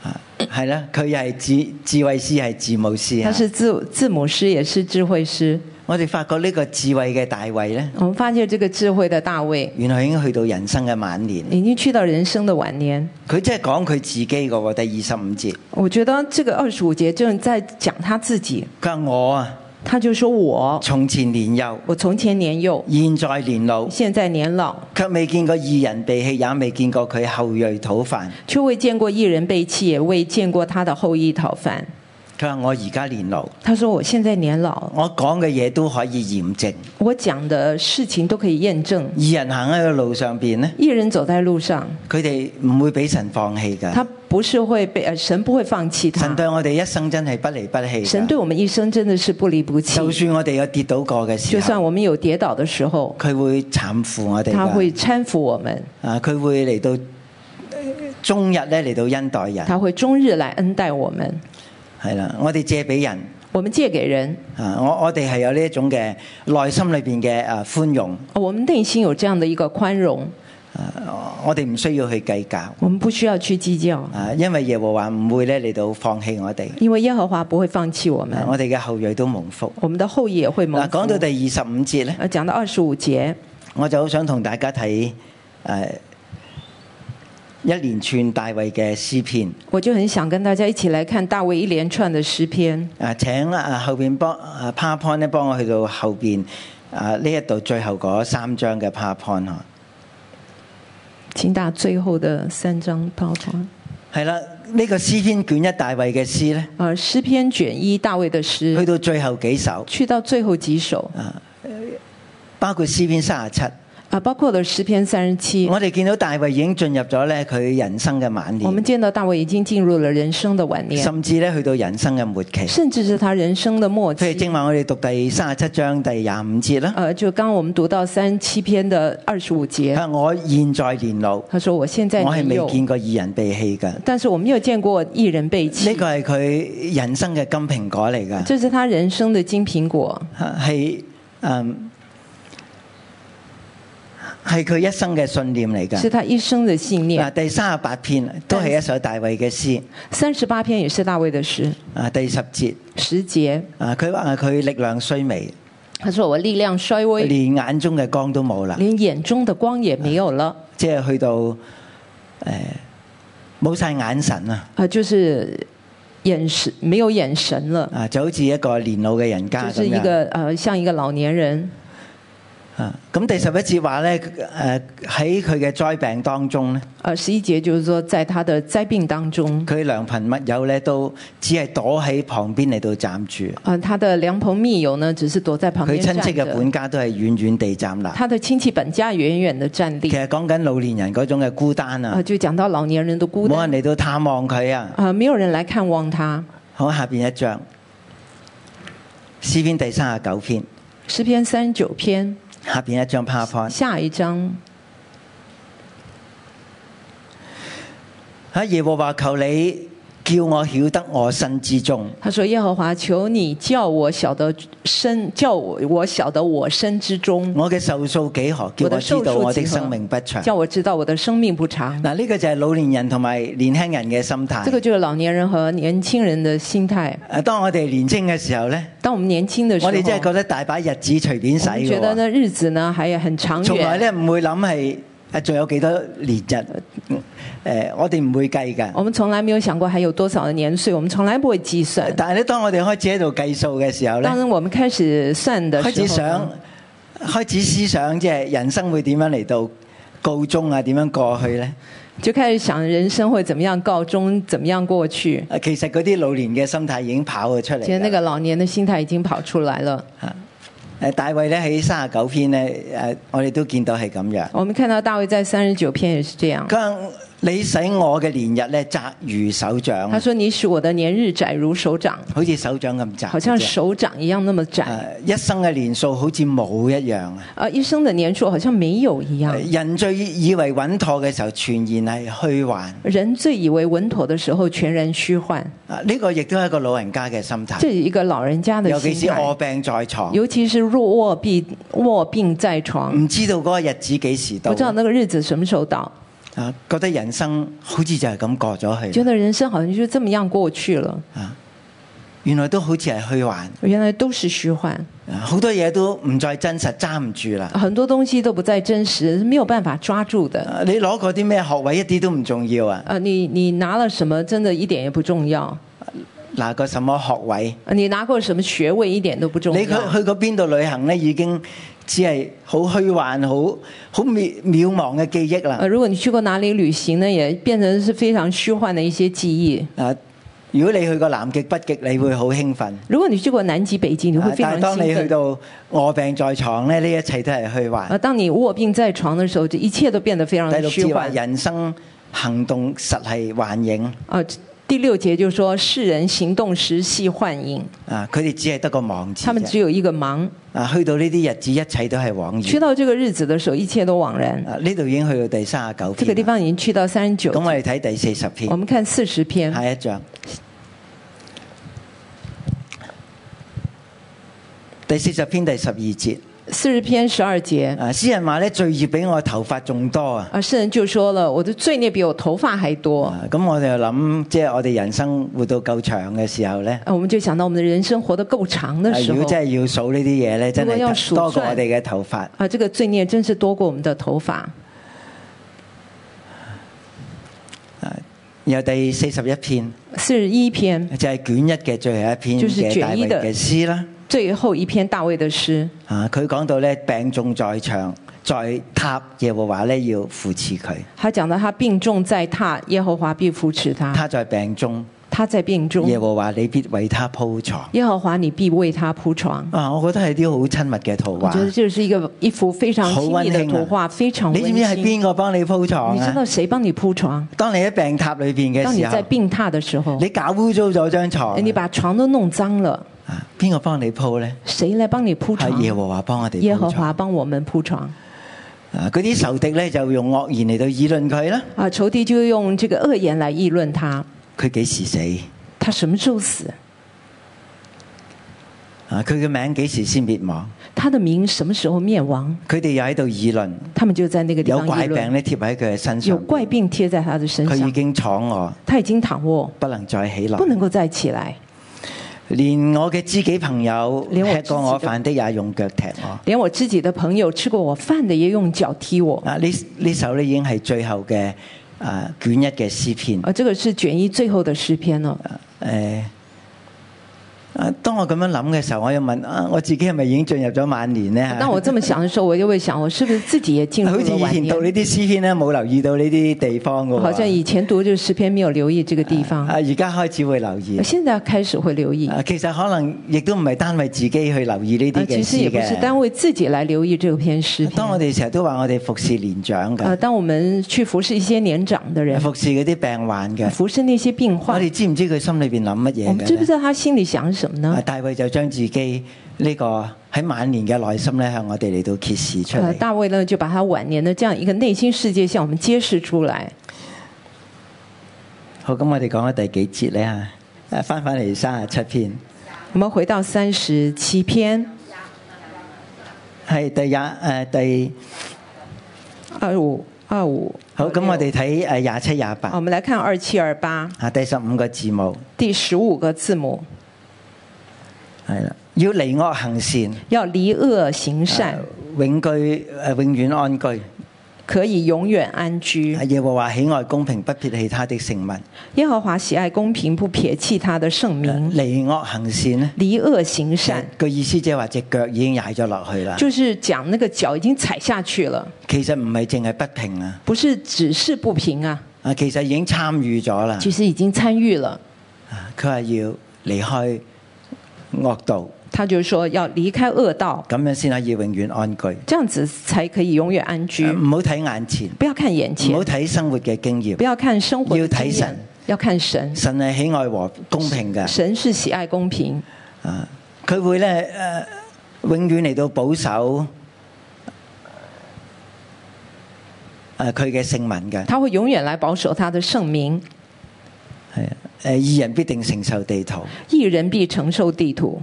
[SPEAKER 2] 啊係啦，佢又係智智慧詩，係字母詩
[SPEAKER 3] 它
[SPEAKER 2] 啊。
[SPEAKER 3] 是字字母诗，也是智慧诗。
[SPEAKER 2] 我哋發覺呢個智慧嘅大衛呢，
[SPEAKER 3] 我们发现这个智慧的大卫
[SPEAKER 2] 原來已經去到人生嘅晚年。
[SPEAKER 3] 已经去到人生的晚年。
[SPEAKER 2] 佢真係講佢自己嘅喎，第二十五節，
[SPEAKER 3] 我觉得这个二十五节正在讲他自己，
[SPEAKER 2] 佢話我啊，
[SPEAKER 3] 他就说我，
[SPEAKER 2] 從前年幼，
[SPEAKER 3] 我从前年幼，
[SPEAKER 2] 現在年老。
[SPEAKER 3] 现在年老，
[SPEAKER 2] 卻未見過義人被棄，也未見過佢後裔討飯。
[SPEAKER 3] 却未见过一人被弃，也未见过他的后裔讨饭。
[SPEAKER 2] 佢話：我而家年老，
[SPEAKER 3] 他说我现在年老，
[SPEAKER 2] 我講嘅嘢都可以驗證。
[SPEAKER 3] 我讲的事情都可以验证。
[SPEAKER 2] 義人行喺個路上邊呢，
[SPEAKER 3] 一人走在路上，
[SPEAKER 2] 佢哋唔會俾神放棄㗎。
[SPEAKER 3] 他不是会被呃神不会放弃他
[SPEAKER 2] 神，對我哋一生真係不離不棄㗎。
[SPEAKER 3] 神对我们一生真的是不离不弃。
[SPEAKER 2] 就算我哋有跌倒過嘅時
[SPEAKER 3] 就算
[SPEAKER 2] 候，
[SPEAKER 3] 我们有跌倒的时候，
[SPEAKER 2] 佢會慘扶我哋
[SPEAKER 3] 他会
[SPEAKER 2] 㗎。
[SPEAKER 3] 搀扶我们，
[SPEAKER 2] 啊，佢會嚟到呃終日咧嚟到恩待人，
[SPEAKER 3] 他会终日来恩待我们。
[SPEAKER 2] 係啦，我哋借俾人。
[SPEAKER 3] 我们借给人，
[SPEAKER 2] 啊！我我哋係有呢一種嘅內心裏邊嘅啊寬容，
[SPEAKER 3] 我们内心有这样的一个宽容，
[SPEAKER 2] 啊我哋唔需要去計較。
[SPEAKER 3] 我们不需要去计较，
[SPEAKER 2] 啊，因為耶和華唔會咧嚟到放棄我哋，啊
[SPEAKER 3] 因为耶和华不会放弃我们
[SPEAKER 2] 啊，我哋嘅後裔都蒙福。
[SPEAKER 3] 我们的后裔也会蒙
[SPEAKER 2] 嗱，
[SPEAKER 3] 福。
[SPEAKER 2] 講到第二十五節咧，
[SPEAKER 3] 呃讲到二十五节，
[SPEAKER 2] 我就好想同大家睇誒、呃一連串大衛嘅詩篇。
[SPEAKER 3] 我就很想跟大家一起来看大卫一连串的诗篇。
[SPEAKER 2] 啊，請啊後邊幫啊 PowerPoint 咧幫我去到後邊啊呢一度最後嗰三張嘅 PowerPoint 啊。
[SPEAKER 3] 请大家最后的三张 p o w
[SPEAKER 2] 係啦，呢、個詩篇卷一大衛嘅詩咧，
[SPEAKER 3] 呃，诗篇卷一大卫的
[SPEAKER 2] 去
[SPEAKER 3] 诗，
[SPEAKER 2] 到最後幾首，
[SPEAKER 3] 去到最后几首啊、
[SPEAKER 2] 包括詩篇三十七，
[SPEAKER 3] 包括了诗篇三十七。
[SPEAKER 2] 我哋見到大衛已經進入咗咧佢人生嘅晚
[SPEAKER 3] 我们
[SPEAKER 2] 年，
[SPEAKER 3] 见到大卫已经进入了人生的晚年，
[SPEAKER 2] 甚至咧去到人生嘅末期。
[SPEAKER 3] 甚至是他人生的末
[SPEAKER 2] 譬如
[SPEAKER 3] 期。
[SPEAKER 2] 正話我哋讀第三十七章第廿五節啦，
[SPEAKER 3] 呃，就刚刚我们读到三七篇的二十五
[SPEAKER 2] 佢
[SPEAKER 3] 节，
[SPEAKER 2] 話我現在年老，我
[SPEAKER 3] 他说：“我现在
[SPEAKER 2] 係
[SPEAKER 3] 年
[SPEAKER 2] 未
[SPEAKER 3] 幼，
[SPEAKER 2] 見過義人被棄㗎。
[SPEAKER 3] 但是我没有见过一人被
[SPEAKER 2] 呢
[SPEAKER 3] 弃。
[SPEAKER 2] 個係佢人生嘅金蘋果嚟㗎，
[SPEAKER 3] 这是他人生的金苹果，
[SPEAKER 2] 係嗯係佢一生嘅信念嚟
[SPEAKER 3] 是
[SPEAKER 2] 㗎。
[SPEAKER 3] 他一生的信
[SPEAKER 2] 嗱，
[SPEAKER 3] 念。
[SPEAKER 2] 第三十八篇都係一首大衛嘅詩，
[SPEAKER 3] 三十八篇也是大卫的诗，
[SPEAKER 2] 啊第十節
[SPEAKER 3] 十节，
[SPEAKER 2] 啊佢話佢力量衰微，
[SPEAKER 3] 他说：“我力量衰微，
[SPEAKER 2] 連眼中嘅光都冇啦，
[SPEAKER 3] 连眼中的光也没有了。
[SPEAKER 2] 即係去到誒冇晒眼神啊！”
[SPEAKER 3] 啊，就是眼神没有眼神了，
[SPEAKER 2] 啊，就好似一個年老嘅人家
[SPEAKER 3] 就
[SPEAKER 2] 咁
[SPEAKER 3] 是一
[SPEAKER 2] 樣。
[SPEAKER 3] 个呃，像一个老年人。
[SPEAKER 2] 啊，咁第十一節話咧，誒喺佢嘅災病當中咧，
[SPEAKER 3] 呃，十一节就是说，在他的灾病当中，
[SPEAKER 2] 佢良朋密友咧都只係躲喺旁邊嚟到站住，
[SPEAKER 3] 呃，他的良朋密友呢，只是躲在旁
[SPEAKER 2] 佢
[SPEAKER 3] 边站
[SPEAKER 2] 親戚嘅
[SPEAKER 3] 着，
[SPEAKER 2] 本家都係遠遠地站立。
[SPEAKER 3] 他的亲戚本家远远的站
[SPEAKER 2] 其
[SPEAKER 3] 立。
[SPEAKER 2] 實講緊老年人嗰種嘅孤單
[SPEAKER 3] 啊，
[SPEAKER 2] 啊，
[SPEAKER 3] 就讲到老年人的孤
[SPEAKER 2] 冇
[SPEAKER 3] 单，
[SPEAKER 2] 人嚟到探望佢啊。
[SPEAKER 3] 啊，没有人来看望他。
[SPEAKER 2] 好，下邊一章詩篇第三十九篇，
[SPEAKER 3] 诗篇三十九篇
[SPEAKER 2] 下邊一張 PowerPoint
[SPEAKER 3] 下一章，
[SPEAKER 2] 啊喺耶和華求你。叫我曉得我身之中。
[SPEAKER 3] 他说：“耶和华，求你叫我晓得身，叫我我晓得我身之中，
[SPEAKER 2] 我嘅壽數幾何，叫我
[SPEAKER 3] 我的
[SPEAKER 2] 知
[SPEAKER 3] 寿
[SPEAKER 2] 道我
[SPEAKER 3] 数
[SPEAKER 2] 的
[SPEAKER 3] 几
[SPEAKER 2] 生
[SPEAKER 3] 何
[SPEAKER 2] 命不長。
[SPEAKER 3] 叫我知道我的生命不长。
[SPEAKER 2] 嗱，呢個就係老年人同埋年輕人嘅心態。
[SPEAKER 3] 这个就是老年人和年轻人的心态。
[SPEAKER 2] 誒，當我哋年青嘅時候呢，
[SPEAKER 3] 当我们年轻的时候，
[SPEAKER 2] 我哋真係覺
[SPEAKER 3] 我
[SPEAKER 2] 得大把日子隨便使
[SPEAKER 3] 们觉
[SPEAKER 2] 嘅
[SPEAKER 3] 得
[SPEAKER 2] 喎，
[SPEAKER 3] 呢日子呢还很长
[SPEAKER 2] 從來
[SPEAKER 3] 远。
[SPEAKER 2] 呢唔會諗係誒仲有幾多年日。誒、我哋唔會計㗎。
[SPEAKER 3] 我们从来没有想过还有多少的年岁，我们从来不会计算。
[SPEAKER 2] 但係咧，當我哋開始喺度計數嘅時候呢，
[SPEAKER 3] 当我们开始算的
[SPEAKER 2] 開
[SPEAKER 3] 时
[SPEAKER 2] 始
[SPEAKER 3] 候
[SPEAKER 2] 想
[SPEAKER 3] 呢，，
[SPEAKER 2] 開始思想，即係人生會點樣嚟到告終啊？點樣過去呢？
[SPEAKER 3] 就开始想人生会怎么样告终，怎么样过去。
[SPEAKER 2] 啊其實嗰啲老年嘅心態已經跑咗出嚟
[SPEAKER 3] 其实那
[SPEAKER 2] 㗎。
[SPEAKER 3] 个老年的心态已经跑出来了。
[SPEAKER 2] 誒大衛咧喺三十九篇咧誒，我哋都見到係咁樣。
[SPEAKER 3] 我们看到大卫在三十九篇也是这样，
[SPEAKER 2] 佢話你使我嘅年日咧窄如手掌啊
[SPEAKER 3] 他，说：“你使我的年日窄如手掌，
[SPEAKER 2] 好似手掌咁窄
[SPEAKER 3] 好像
[SPEAKER 2] 嘅啫。
[SPEAKER 3] 手掌一样那么窄。
[SPEAKER 2] 誒呃一生嘅年數好似冇一樣啊！
[SPEAKER 3] 呃，一生的年数好像没有一样。
[SPEAKER 2] 人最以為穩妥嘅時候，全然係虛幻。
[SPEAKER 3] 人最以为稳妥的时候，全然虚幻。
[SPEAKER 2] 啊，呢個亦都係一個老人家嘅心
[SPEAKER 3] 这
[SPEAKER 2] 態，
[SPEAKER 3] 是一个老人家的
[SPEAKER 2] 尤其是
[SPEAKER 3] 心
[SPEAKER 2] 卧
[SPEAKER 3] 态，
[SPEAKER 2] 病在床，
[SPEAKER 3] 尤其是若卧病卧病在床，
[SPEAKER 2] 唔知道嗰個日子幾時到
[SPEAKER 3] 不知道那个日子什么时候到，
[SPEAKER 2] 啊！覺得人生好似就係咁過咗
[SPEAKER 3] 觉
[SPEAKER 2] 去，
[SPEAKER 3] 得人生好像就这么样过去了。
[SPEAKER 2] 原來都好似係虛幻，
[SPEAKER 3] 原来都是虚幻，
[SPEAKER 2] 啊好多嘢都唔再真實，揸唔住啦。
[SPEAKER 3] 很多东西都不再真实，是没有办法抓住的。
[SPEAKER 2] 啊你攞過啲咩學位一啲都唔重要啊！
[SPEAKER 3] 呃，你你拿了什么，真的一点也不重要。
[SPEAKER 2] 嗱，個什麼學位？
[SPEAKER 3] 呃你拿过什么学位，一点都不重
[SPEAKER 2] 你去
[SPEAKER 3] 要。
[SPEAKER 2] 去過邊度旅行呢？已經只係好虛幻、好好渺渺茫嘅記憶
[SPEAKER 3] 呃，
[SPEAKER 2] 啦。
[SPEAKER 3] 如果你去过哪里旅行呢，也变成是非常虚幻的一些记忆。
[SPEAKER 2] 啊，如果你去過南極、北極，你會好興奮。
[SPEAKER 3] 如果你去过南极、北极，你
[SPEAKER 2] 啊
[SPEAKER 3] 会非
[SPEAKER 2] 但
[SPEAKER 3] 常
[SPEAKER 2] 係當你
[SPEAKER 3] 兴
[SPEAKER 2] 去
[SPEAKER 3] 奋。
[SPEAKER 2] 到卧病在床咧，呢一切都係虛幻。
[SPEAKER 3] 呃，當你卧病在床的时候，这一切都變得非常
[SPEAKER 2] 第六
[SPEAKER 3] 啊虛
[SPEAKER 2] 節話
[SPEAKER 3] 幻。
[SPEAKER 2] 人生行動實係幻影
[SPEAKER 3] 啊，第六節就說世人行動時系幻影，
[SPEAKER 2] 啊！佢哋只係得個妄字
[SPEAKER 3] 他們只
[SPEAKER 2] 啫。
[SPEAKER 3] 有一個盲。
[SPEAKER 2] 啊，去到呢啲日子，一切都係妄
[SPEAKER 3] 去
[SPEAKER 2] 言。
[SPEAKER 3] 到這個日子的時候，一切都枉然。
[SPEAKER 2] 啊，呢度已經去到第三十九
[SPEAKER 3] 這個地
[SPEAKER 2] 篇啦。
[SPEAKER 3] 方已經去到三十九
[SPEAKER 2] 咁，我哋睇第四十篇
[SPEAKER 3] 我。們看四十篇。
[SPEAKER 2] 下一章。第四十篇第十二節，
[SPEAKER 3] 四十篇十二節，
[SPEAKER 2] 啊，詩人話咧罪孽比我頭髮仲多啊！
[SPEAKER 3] 啊，世人就說了：我的罪孽比我頭髮還多。
[SPEAKER 2] 啊咁我哋又諗，即係我哋人生活到夠長嘅時候咧，
[SPEAKER 3] 啊，我們就想到我們的人生活得夠長的
[SPEAKER 2] 啊
[SPEAKER 3] 時
[SPEAKER 2] 如
[SPEAKER 3] 候
[SPEAKER 2] 果，真係要數呢啲嘢咧，真
[SPEAKER 3] 如果要
[SPEAKER 2] 係
[SPEAKER 3] 數
[SPEAKER 2] 多過我
[SPEAKER 3] 算
[SPEAKER 2] 哋嘅頭髮。
[SPEAKER 3] 啊，這個罪孽真是多過我們的頭髮。
[SPEAKER 2] 然後第四十一篇
[SPEAKER 3] 四十一篇
[SPEAKER 2] 就係卷一嘅最後一篇
[SPEAKER 3] 就是
[SPEAKER 2] 嘅
[SPEAKER 3] 卷
[SPEAKER 2] 大
[SPEAKER 3] 一
[SPEAKER 2] 衛
[SPEAKER 3] 的
[SPEAKER 2] 嘅詩啦。
[SPEAKER 3] 最後一篇大衛的詩，
[SPEAKER 2] 啊，佢講到咧病重在場，在塔耶和華咧要扶持佢，
[SPEAKER 3] 他講到他病重在榻，耶和華必扶持他。
[SPEAKER 2] 他在病中，
[SPEAKER 3] 他在病中，
[SPEAKER 2] 耶和華你必為他鋪床。
[SPEAKER 3] 耶和華你必為他鋪床。
[SPEAKER 2] 啊，我覺得係啲好親密嘅圖
[SPEAKER 3] 我覺得
[SPEAKER 2] 畫。
[SPEAKER 3] 這是一個一幅非常
[SPEAKER 2] 好
[SPEAKER 3] 親密的
[SPEAKER 2] 溫馨
[SPEAKER 3] 圖
[SPEAKER 2] 啊
[SPEAKER 3] 畫，非常
[SPEAKER 2] 你
[SPEAKER 3] 温
[SPEAKER 2] 知
[SPEAKER 3] 馨。
[SPEAKER 2] 唔知係邊個幫你鋪床
[SPEAKER 3] 你知道
[SPEAKER 2] 啊？
[SPEAKER 3] 誰幫你鋪床？
[SPEAKER 2] 當你喺病榻裏邊嘅
[SPEAKER 3] 當你
[SPEAKER 2] 時
[SPEAKER 3] 在
[SPEAKER 2] 候，
[SPEAKER 3] 病榻的時候，
[SPEAKER 2] 你搞污糟咗張床
[SPEAKER 3] 哎，你把床都弄髒了，
[SPEAKER 2] 啊邊個幫你鋪呢？
[SPEAKER 3] 誰來幫你鋪
[SPEAKER 2] 係
[SPEAKER 3] 床？
[SPEAKER 2] 耶和華幫我哋
[SPEAKER 3] 耶和
[SPEAKER 2] 鋪床。
[SPEAKER 3] 華幫我們鋪床。
[SPEAKER 2] 啊，嗰啲仇敵呢，就用惡言嚟到議論佢啦。
[SPEAKER 3] 啊，仇敵就用這個惡言來議論他，
[SPEAKER 2] 佢幾時死？
[SPEAKER 3] 他什麼時候死？
[SPEAKER 2] 啊，佢嘅名幾時先滅亡？
[SPEAKER 3] 他的名什麼時候滅亡？
[SPEAKER 2] 佢哋又喺度議論，
[SPEAKER 3] 他們就在那個地
[SPEAKER 2] 有
[SPEAKER 3] 方
[SPEAKER 2] 怪
[SPEAKER 3] 議
[SPEAKER 2] 病
[SPEAKER 3] 論，
[SPEAKER 2] 呢貼喺佢嘅身
[SPEAKER 3] 有
[SPEAKER 2] 上。
[SPEAKER 3] 怪病貼在他的身
[SPEAKER 2] 佢已
[SPEAKER 3] 上，
[SPEAKER 2] 經闖我，
[SPEAKER 3] 他已經躺臥，
[SPEAKER 2] 不能再起來
[SPEAKER 3] 不。能夠再起來。
[SPEAKER 2] 連我嘅知己朋友
[SPEAKER 3] 連我
[SPEAKER 2] 吃過我
[SPEAKER 3] 知己都
[SPEAKER 2] 飯的也用腳踢我。
[SPEAKER 3] 连我自己的朋友吃过我饭的也用脚踢我。
[SPEAKER 2] 啊！呢呢首咧已經係最後嘅啊卷一嘅詩篇。
[SPEAKER 3] 啊，这个是卷一最後的詩篇了。
[SPEAKER 2] 誒啊！當我咁樣諗嘅時候，我又問啊，我自己係咪已經進入咗晚年呢？啊
[SPEAKER 3] 當我這麼想的時候，我就會想，我是不是自己也進入
[SPEAKER 2] 好似
[SPEAKER 3] 了
[SPEAKER 2] 以
[SPEAKER 3] 晚
[SPEAKER 2] 前讀呢
[SPEAKER 3] 年？
[SPEAKER 2] 啲詩篇咧，冇留意到呢啲地方嘅喎。
[SPEAKER 3] 好像以前讀這個詩篇沒有留意這個地方
[SPEAKER 2] 啊，，而家開始會留意。
[SPEAKER 3] 現在開始會留意。
[SPEAKER 2] 啊，其實可能亦都唔係單為自己去留意呢
[SPEAKER 3] 啊
[SPEAKER 2] 啲，嘅
[SPEAKER 3] 其實
[SPEAKER 2] 詩
[SPEAKER 3] 也不是
[SPEAKER 2] 嘅。
[SPEAKER 3] 單為自己來留意這篇詩
[SPEAKER 2] 當我
[SPEAKER 3] 篇。
[SPEAKER 2] 哋成日都話我哋服侍年長嘅，
[SPEAKER 3] 呃，當我們去服侍一些年長的人，
[SPEAKER 2] 服侍嗰啲病患嘅，
[SPEAKER 3] 服侍那些病
[SPEAKER 2] 我
[SPEAKER 3] 患
[SPEAKER 2] 哋，知唔知佢心裏邊諗乜
[SPEAKER 3] 我
[SPEAKER 2] 嘢
[SPEAKER 3] 們知
[SPEAKER 2] 嘅
[SPEAKER 3] 不
[SPEAKER 2] 呢
[SPEAKER 3] 知？道他心裡想什
[SPEAKER 2] 啊！
[SPEAKER 3] 麼呢？
[SPEAKER 2] 大衛就將自己呢個喺晚年嘅內心咧，向我哋嚟到揭示出
[SPEAKER 3] 呃，
[SPEAKER 2] 嚟。
[SPEAKER 3] 大衛呢就把他晚年的這樣一個內心世界向我們揭示出來。
[SPEAKER 2] 好，咁我哋講咗第幾節呢？啊，翻返嚟三十七篇，
[SPEAKER 3] 我们回到三十七篇，
[SPEAKER 2] 係第廿誒、第
[SPEAKER 3] 二五二五。啊
[SPEAKER 2] 好，咁我哋睇誒廿七廿
[SPEAKER 3] 好我哦
[SPEAKER 2] 八
[SPEAKER 3] 们来看二七二八
[SPEAKER 2] 啊，第十五個字母
[SPEAKER 3] 第十五个字母，
[SPEAKER 2] 係啦，要離惡行善。啊
[SPEAKER 3] 要离恶行善，
[SPEAKER 2] 永居誒永遠安居。
[SPEAKER 3] 嗯
[SPEAKER 2] 啊
[SPEAKER 3] 可以永远安居。
[SPEAKER 2] 耶和華喜愛公平，不撇棄他的聖民。啊
[SPEAKER 3] 耶和华喜爱公平，不撇弃他的圣名。
[SPEAKER 2] 離惡行善咧，
[SPEAKER 3] 离恶行善，
[SPEAKER 2] 個意思即係話只腳已經踩咗落去啦。
[SPEAKER 3] 就是讲那个脚已经踩下去了，
[SPEAKER 2] 其實唔係淨係不平啊，
[SPEAKER 3] 不是只是不平啊，
[SPEAKER 2] 啊其實已經參與咗啦。
[SPEAKER 3] 就是已經参与了。
[SPEAKER 2] 啊佢話要離開惡道，
[SPEAKER 3] 他就说要离开恶道，
[SPEAKER 2] 咁樣先可以永遠安居。
[SPEAKER 3] 这样子才可以永远安居。
[SPEAKER 2] 啊唔好睇眼前，
[SPEAKER 3] 不要看眼
[SPEAKER 2] 唔好
[SPEAKER 3] 前，
[SPEAKER 2] 睇生活嘅經驗
[SPEAKER 3] 不。要看生活的
[SPEAKER 2] 要睇
[SPEAKER 3] 经验
[SPEAKER 2] 神，
[SPEAKER 3] 要看神。
[SPEAKER 2] 神係喜愛和公平嘅，
[SPEAKER 3] 神是喜爱公平，
[SPEAKER 2] 啊佢會咧誒、呃永遠嚟到保守誒佢嘅聖民嘅。
[SPEAKER 3] 他会永远来保守他的圣名。
[SPEAKER 2] 係啊，誒義人必定承受地土。
[SPEAKER 3] 一人必承受地土。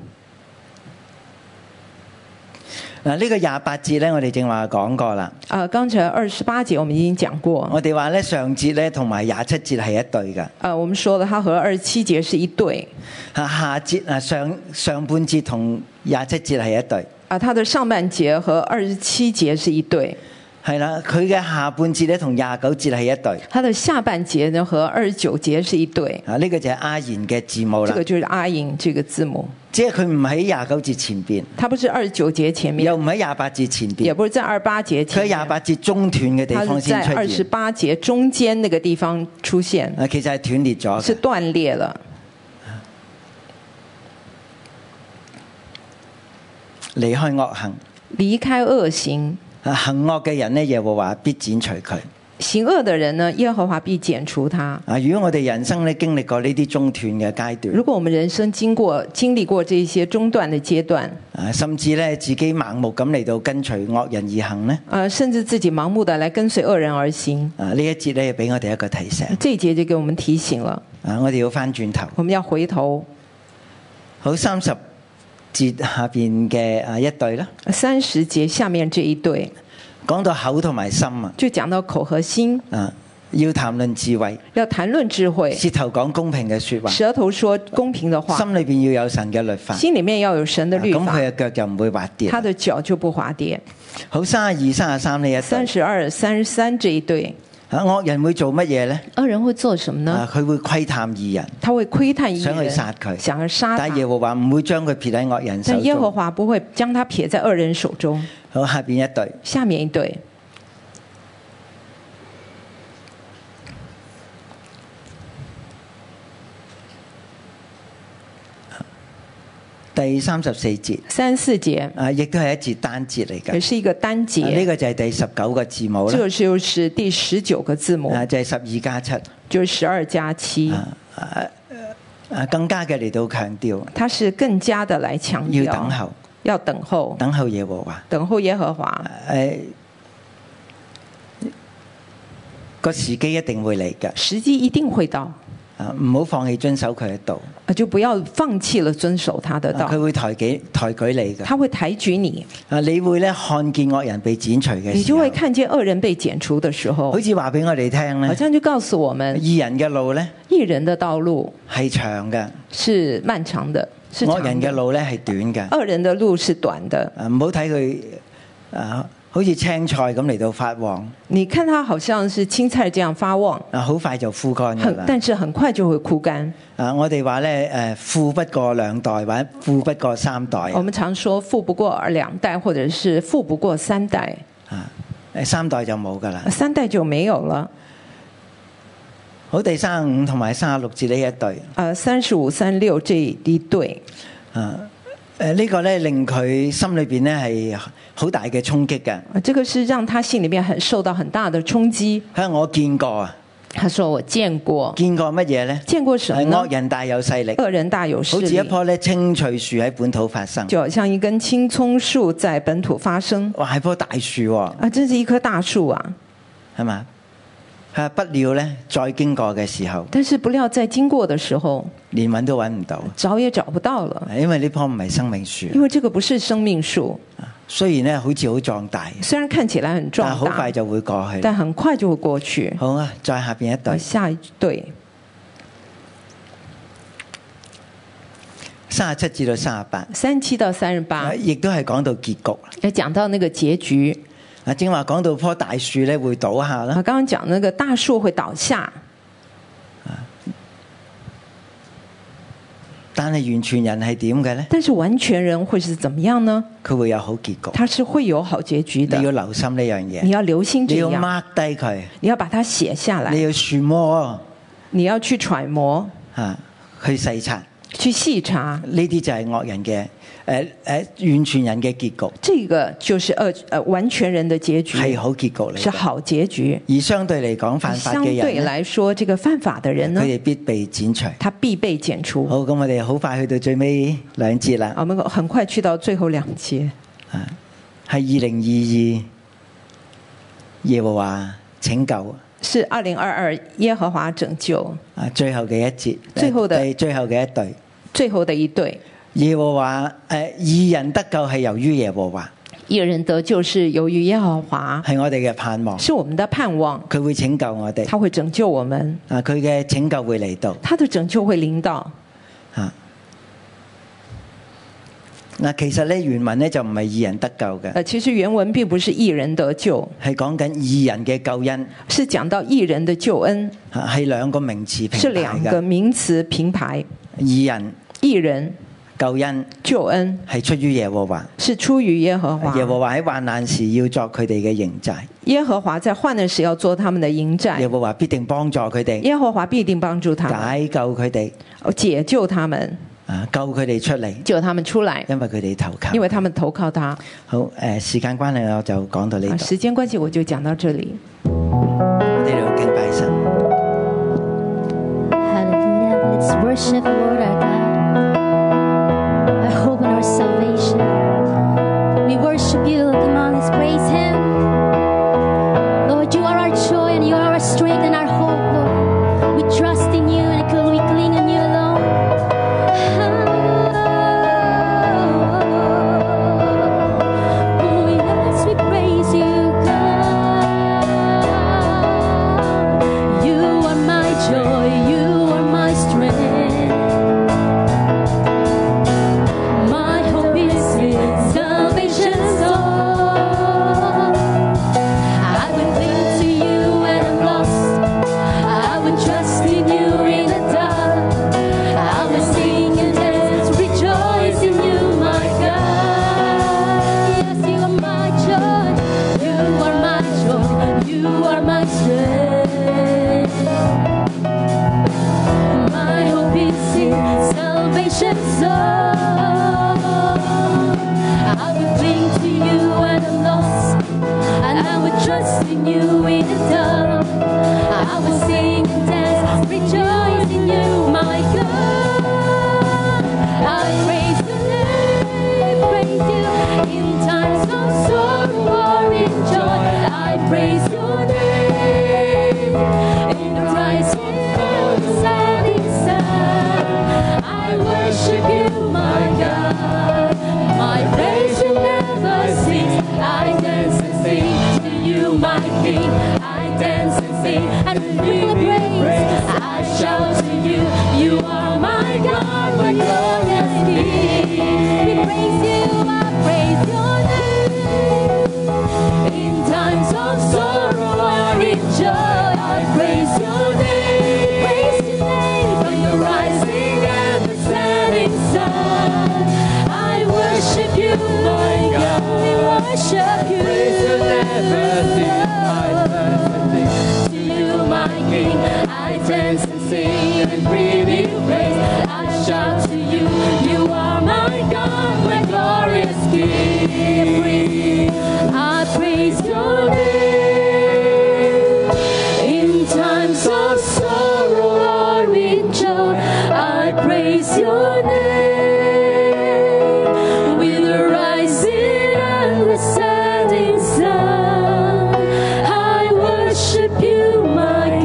[SPEAKER 2] 嗱，呢個廿八節咧，我哋正話講過啦。
[SPEAKER 3] 呃，刚才二十八节我们已经讲过，
[SPEAKER 2] 我哋話咧上節咧同埋廿七節係一對嘅，
[SPEAKER 3] 呃，我们說了，它和二十七节是一对，
[SPEAKER 2] 啊下節啊上上半節同廿七節係一對，
[SPEAKER 3] 啊、它的上半节和二十七节是一对，
[SPEAKER 2] 係啦，佢嘅下半節咧同廿九節係一對。
[SPEAKER 3] 它的下半节呢和二十九节是一对。
[SPEAKER 2] 啊，呢、個就係阿言嘅字母
[SPEAKER 3] 这
[SPEAKER 2] 啦
[SPEAKER 3] 个，就是阿银这个字母，
[SPEAKER 2] 即係佢唔喺廿九節前邊，
[SPEAKER 3] 它不是二十九节前面，
[SPEAKER 2] 又唔喺廿八節前邊
[SPEAKER 3] 也，不是在二八节
[SPEAKER 2] 佢喺
[SPEAKER 3] 前面
[SPEAKER 2] 廿，八節中斷嘅地
[SPEAKER 3] 它
[SPEAKER 2] 方
[SPEAKER 3] 是在
[SPEAKER 2] 先出
[SPEAKER 3] 二十
[SPEAKER 2] 現。
[SPEAKER 3] 八节中间那个地方出现，
[SPEAKER 2] 啊，其實係斷裂咗
[SPEAKER 3] 是
[SPEAKER 2] 嘅。
[SPEAKER 3] 断裂了。
[SPEAKER 2] 離開惡行，
[SPEAKER 3] 离开恶行，
[SPEAKER 2] 啊行惡嘅人呢，耶和華必剪除佢。
[SPEAKER 3] 行恶的人呢，耶和华必剪除他。
[SPEAKER 2] 啊！如果我哋人生咧經歷過呢啲中斷嘅階段
[SPEAKER 3] 如，果我们人生经过经历过这些中断的阶段，
[SPEAKER 2] 啊，甚至咧自己盲目咁嚟到跟隨惡人而行呢，
[SPEAKER 3] 呃，甚至自己盲目的来跟随恶人而行，
[SPEAKER 2] 啊，呢一節咧俾我哋一個提醒，
[SPEAKER 3] 这一节就给我们提醒了，
[SPEAKER 2] 啊，我哋要翻轉頭。
[SPEAKER 3] 我们要回头。
[SPEAKER 2] 好，三十節下邊嘅啊一對啦，
[SPEAKER 3] 三十节下面这一对
[SPEAKER 2] 講到口同埋心啊，
[SPEAKER 3] 就讲到口和心，
[SPEAKER 2] 啊，要談論智慧，
[SPEAKER 3] 要談論智慧，
[SPEAKER 2] 舌頭講公平嘅説話，
[SPEAKER 3] 舌头说公平的话，
[SPEAKER 2] 心啊裏邊要有神嘅律法，啊
[SPEAKER 3] 心里面要有神的律
[SPEAKER 2] 咁
[SPEAKER 3] 法，
[SPEAKER 2] 佢嘅腳就唔會滑跌
[SPEAKER 3] 他
[SPEAKER 2] 啦。
[SPEAKER 3] 的脚就不滑跌。
[SPEAKER 2] 好，三十二、三十三呢一
[SPEAKER 3] 三
[SPEAKER 2] 對，
[SPEAKER 3] 十二、三十三这一对，
[SPEAKER 2] 啊，惡人會做乜嘢呢？
[SPEAKER 3] 恶人会做什么呢？
[SPEAKER 2] 啊，佢會窺探義人。
[SPEAKER 3] 他会窥探一个
[SPEAKER 2] 想去
[SPEAKER 3] 人，
[SPEAKER 2] 殺佢
[SPEAKER 3] 想要杀
[SPEAKER 2] 但
[SPEAKER 3] 他
[SPEAKER 2] 係。耶和華唔會將佢撇喺惡人手
[SPEAKER 3] 啊但耶和
[SPEAKER 2] 中。
[SPEAKER 3] 华不会将他撇在恶人手中。
[SPEAKER 2] 好，下邊一對
[SPEAKER 3] 下面一对
[SPEAKER 2] 第三十四節，
[SPEAKER 3] 三四节
[SPEAKER 2] 啊，亦都係一節單節嚟
[SPEAKER 3] 也
[SPEAKER 2] 㗎。
[SPEAKER 3] 是一个单节，
[SPEAKER 2] 啊呢、個就係第十九個字母
[SPEAKER 3] 这
[SPEAKER 2] 啦，
[SPEAKER 3] 个就是第十九个字母，
[SPEAKER 2] 啊，就係十二加七。
[SPEAKER 3] 就是十二加七。
[SPEAKER 2] 啊，更加嘅嚟到強調，
[SPEAKER 3] 他是更加的来强调
[SPEAKER 2] 要等候，
[SPEAKER 3] 要等候，
[SPEAKER 2] 等候耶和華。
[SPEAKER 3] 等候耶和华，
[SPEAKER 2] 誒、個時機一定會嚟㗎。
[SPEAKER 3] 时机一定会到，
[SPEAKER 2] 啊，唔好放棄遵守佢嘅道，啊
[SPEAKER 3] 啊就不要放弃了遵守他的道
[SPEAKER 2] 佢、。會抬舉抬舉你㗎。
[SPEAKER 3] 他会抬举你，
[SPEAKER 2] 啊，你會咧看見惡人被剪除嘅
[SPEAKER 3] 你
[SPEAKER 2] 時
[SPEAKER 3] 就
[SPEAKER 2] 候
[SPEAKER 3] 会，看见恶人被剪除的时候
[SPEAKER 2] 好，似話俾我哋聽
[SPEAKER 3] 好
[SPEAKER 2] 咧，
[SPEAKER 3] 像就告诉我们，
[SPEAKER 2] 義人嘅路咧
[SPEAKER 3] 艺人的道路
[SPEAKER 2] 係長嘅。
[SPEAKER 3] 是漫长的，是
[SPEAKER 2] 惡
[SPEAKER 3] 长
[SPEAKER 2] 人嘅
[SPEAKER 3] 的，
[SPEAKER 2] 路咧係短嘅，
[SPEAKER 3] 恶人的路是短的。
[SPEAKER 2] 啊唔好睇佢啊，好似青菜咁嚟到發旺，
[SPEAKER 3] 你看它好像是青菜这样发旺，
[SPEAKER 2] 啊好快就枯乾㗎
[SPEAKER 3] 很，
[SPEAKER 2] 啦。
[SPEAKER 3] 但是很快就会枯干。
[SPEAKER 2] 啊，我哋話咧誒，富不過兩代或者富不過三代，啊
[SPEAKER 3] 我們常說富不過两代，或者是富不過三代，
[SPEAKER 2] 啊誒三代就冇㗎啦。
[SPEAKER 3] 三代就没有了。
[SPEAKER 2] 好，第三十五同埋三十六節呢一對，
[SPEAKER 3] 呃，三十五、三六这一对，
[SPEAKER 2] 啊誒呢個咧令佢心裏邊咧係好大嘅衝擊嘅。
[SPEAKER 3] 呃这个是讓他心里面很受到很大的衝擊。
[SPEAKER 2] 啊，我見過啊，
[SPEAKER 3] 他說：“我見過，
[SPEAKER 2] 見過乜嘢咧？
[SPEAKER 3] 見過什麼
[SPEAKER 2] 係
[SPEAKER 3] 呢
[SPEAKER 2] 惡？人大有勢力，
[SPEAKER 3] 惡人大有
[SPEAKER 2] 哎
[SPEAKER 3] 勢
[SPEAKER 2] 好似一
[SPEAKER 3] 力，
[SPEAKER 2] 棵咧青翠樹喺本土發生，
[SPEAKER 3] 就好像一根青葱樹在本土發生
[SPEAKER 2] 哇係棵大樹喎、
[SPEAKER 3] 啊，真是一棵大樹啊！
[SPEAKER 2] 係嘛？啊不料呢，再經過嘅時候，
[SPEAKER 3] 但是不料在经过的时候，
[SPEAKER 2] 連揾都揾唔到，
[SPEAKER 3] 找也找不到了，
[SPEAKER 2] 因為呢棵唔係生命樹。
[SPEAKER 3] 因为这个不是生命树，
[SPEAKER 2] 雖然呢好似好壯大，
[SPEAKER 3] 虽然看起来很
[SPEAKER 2] 但係
[SPEAKER 3] 壮
[SPEAKER 2] 好快
[SPEAKER 3] 大，
[SPEAKER 2] 就會過去。
[SPEAKER 3] 但很快就会过去。
[SPEAKER 2] 好啊，再下邊一
[SPEAKER 3] 啊
[SPEAKER 2] 對
[SPEAKER 3] 下一对
[SPEAKER 2] 三十七至到三十八，
[SPEAKER 3] 三七到三十
[SPEAKER 2] 啊
[SPEAKER 3] 八，
[SPEAKER 2] 亦都係講到結局。
[SPEAKER 3] 要讲到那个结局。
[SPEAKER 2] 啊，正話講到棵大樹呢會倒下
[SPEAKER 3] 啊，
[SPEAKER 2] 啦，
[SPEAKER 3] 刚刚讲那个大树会倒下，
[SPEAKER 2] 但係完全人係點嘅呢？
[SPEAKER 3] 但是完全人会是怎么样呢？
[SPEAKER 2] 佢會有好結局。
[SPEAKER 3] 他是会有好结局
[SPEAKER 2] 你要
[SPEAKER 3] 的。
[SPEAKER 2] 留心呢樣
[SPEAKER 3] 你
[SPEAKER 2] 嘢，
[SPEAKER 3] 要啊留心这
[SPEAKER 2] 你要
[SPEAKER 3] 样，
[SPEAKER 2] mark 低佢，
[SPEAKER 3] 你要把它写下
[SPEAKER 2] 你
[SPEAKER 3] 来，
[SPEAKER 2] 要揣摩
[SPEAKER 3] 你要去揣摩，
[SPEAKER 2] 啊，去細察。
[SPEAKER 3] 去细查。
[SPEAKER 2] 呢啲就係惡人嘅誒誒完全人嘅結局，
[SPEAKER 3] 这个就是呃呃完全人的结局，
[SPEAKER 2] 係好結局嚟
[SPEAKER 3] 嗯是
[SPEAKER 2] 嘅。
[SPEAKER 3] 好结局。
[SPEAKER 2] 而相對嚟講，犯法
[SPEAKER 3] 相嗯
[SPEAKER 2] 嘅
[SPEAKER 3] 对
[SPEAKER 2] 人呢
[SPEAKER 3] 来说，这个犯法的人呢
[SPEAKER 2] 佢，哋必被剪除。
[SPEAKER 3] 他必被剪除。
[SPEAKER 2] 好，咁我哋好快去到最尾兩節啦
[SPEAKER 3] 啊，，我们很快去到最后两节，
[SPEAKER 2] 係啊二零二二耶和華拯救
[SPEAKER 3] 是二零二二耶和华拯救
[SPEAKER 2] 啊，最後嘅一節，
[SPEAKER 3] 最後的
[SPEAKER 2] 第最後嘅一對。
[SPEAKER 3] 最后的一对。
[SPEAKER 2] 耶和華誒，二人得救係由於耶和華，
[SPEAKER 3] 一人得救是由于耶和华，
[SPEAKER 2] 係我哋嘅盼望，
[SPEAKER 3] 是我们的盼望，
[SPEAKER 2] 佢會拯救我哋
[SPEAKER 3] 他會拯救我们，
[SPEAKER 2] 啊，佢嘅拯救會嚟到。
[SPEAKER 3] 他的拯救会领导。
[SPEAKER 2] 啊！嗱，其實咧原文咧就唔係二人得救嘅，
[SPEAKER 3] 呃，其实原文并不是一人得救，
[SPEAKER 2] 係講緊二人嘅救恩，
[SPEAKER 3] 是講到一人的救恩，
[SPEAKER 2] 啊係兩個名詞
[SPEAKER 3] 是
[SPEAKER 2] 平
[SPEAKER 3] 兩
[SPEAKER 2] 排
[SPEAKER 3] 個
[SPEAKER 2] 嘅。
[SPEAKER 3] 名詞平排。
[SPEAKER 2] 二人
[SPEAKER 3] 一人
[SPEAKER 2] 救恩
[SPEAKER 3] 救恩
[SPEAKER 2] 係出於耶和華，
[SPEAKER 3] 是出于耶和华，
[SPEAKER 2] 耶和華喺患難時要作佢哋嘅營寨，
[SPEAKER 3] 耶和华在患难时要做他们的营寨
[SPEAKER 2] 耶，和華必定幫助佢哋，
[SPEAKER 3] 耶和华必定帮助他们，
[SPEAKER 2] 解救佢哋，
[SPEAKER 3] 哦解救他们，
[SPEAKER 2] 啊救佢哋出嚟，
[SPEAKER 3] 救他们出来，
[SPEAKER 2] 因為佢哋投靠。
[SPEAKER 3] 因為他们投靠他。
[SPEAKER 2] 好誒、呃，時間關係我就講到呢
[SPEAKER 3] 啊，
[SPEAKER 2] 度，
[SPEAKER 3] 时间关系，我就講到这里。
[SPEAKER 2] 我哋要敬拜神。
[SPEAKER 4] Hallelujah. Let's worship Lord our God. Our hope and our salvation. We worship you. Come on, let's praise Him. Lord, you are our joy and you are our strength and our hope, Lord. We trust in you and we cling on you alone. Oh, yes, we praise you, God. You are my joy, you are my strength. My hope is in salvation's all. I would cling to you when I'm lost. I would trust in you in the dark. I would sing and dance, rejoice in you, my God. Yes, you are my joy, you are my joy, you are my strength. My hope is in salvation's song. I would cling to you when I'm lost, and I would trust in you in the dark. I will sing and dance, rejoice in you, my God. I praise your name, praise you in times of sorrow or in joy. I praise your name in the rising and the setting sun. I worship you, my God. My praise will never cease. I dance and sing to you, my King. I dance and sing and bring the praise. I shout to you, you are my God, my glorious King. We praise you, I praise your name. In times of sorrow or in joy, I praise your name. Praise your name from the rising and the setting sun. I worship you, my God. We worship you. Praise your to you, my King. I dance and sing and breathe you praise. I shout to you, you are my God, my glorious King. Praise- I praise your name in times of sorrow or in joy. I praise your name with the rising and the setting sun. I worship you, my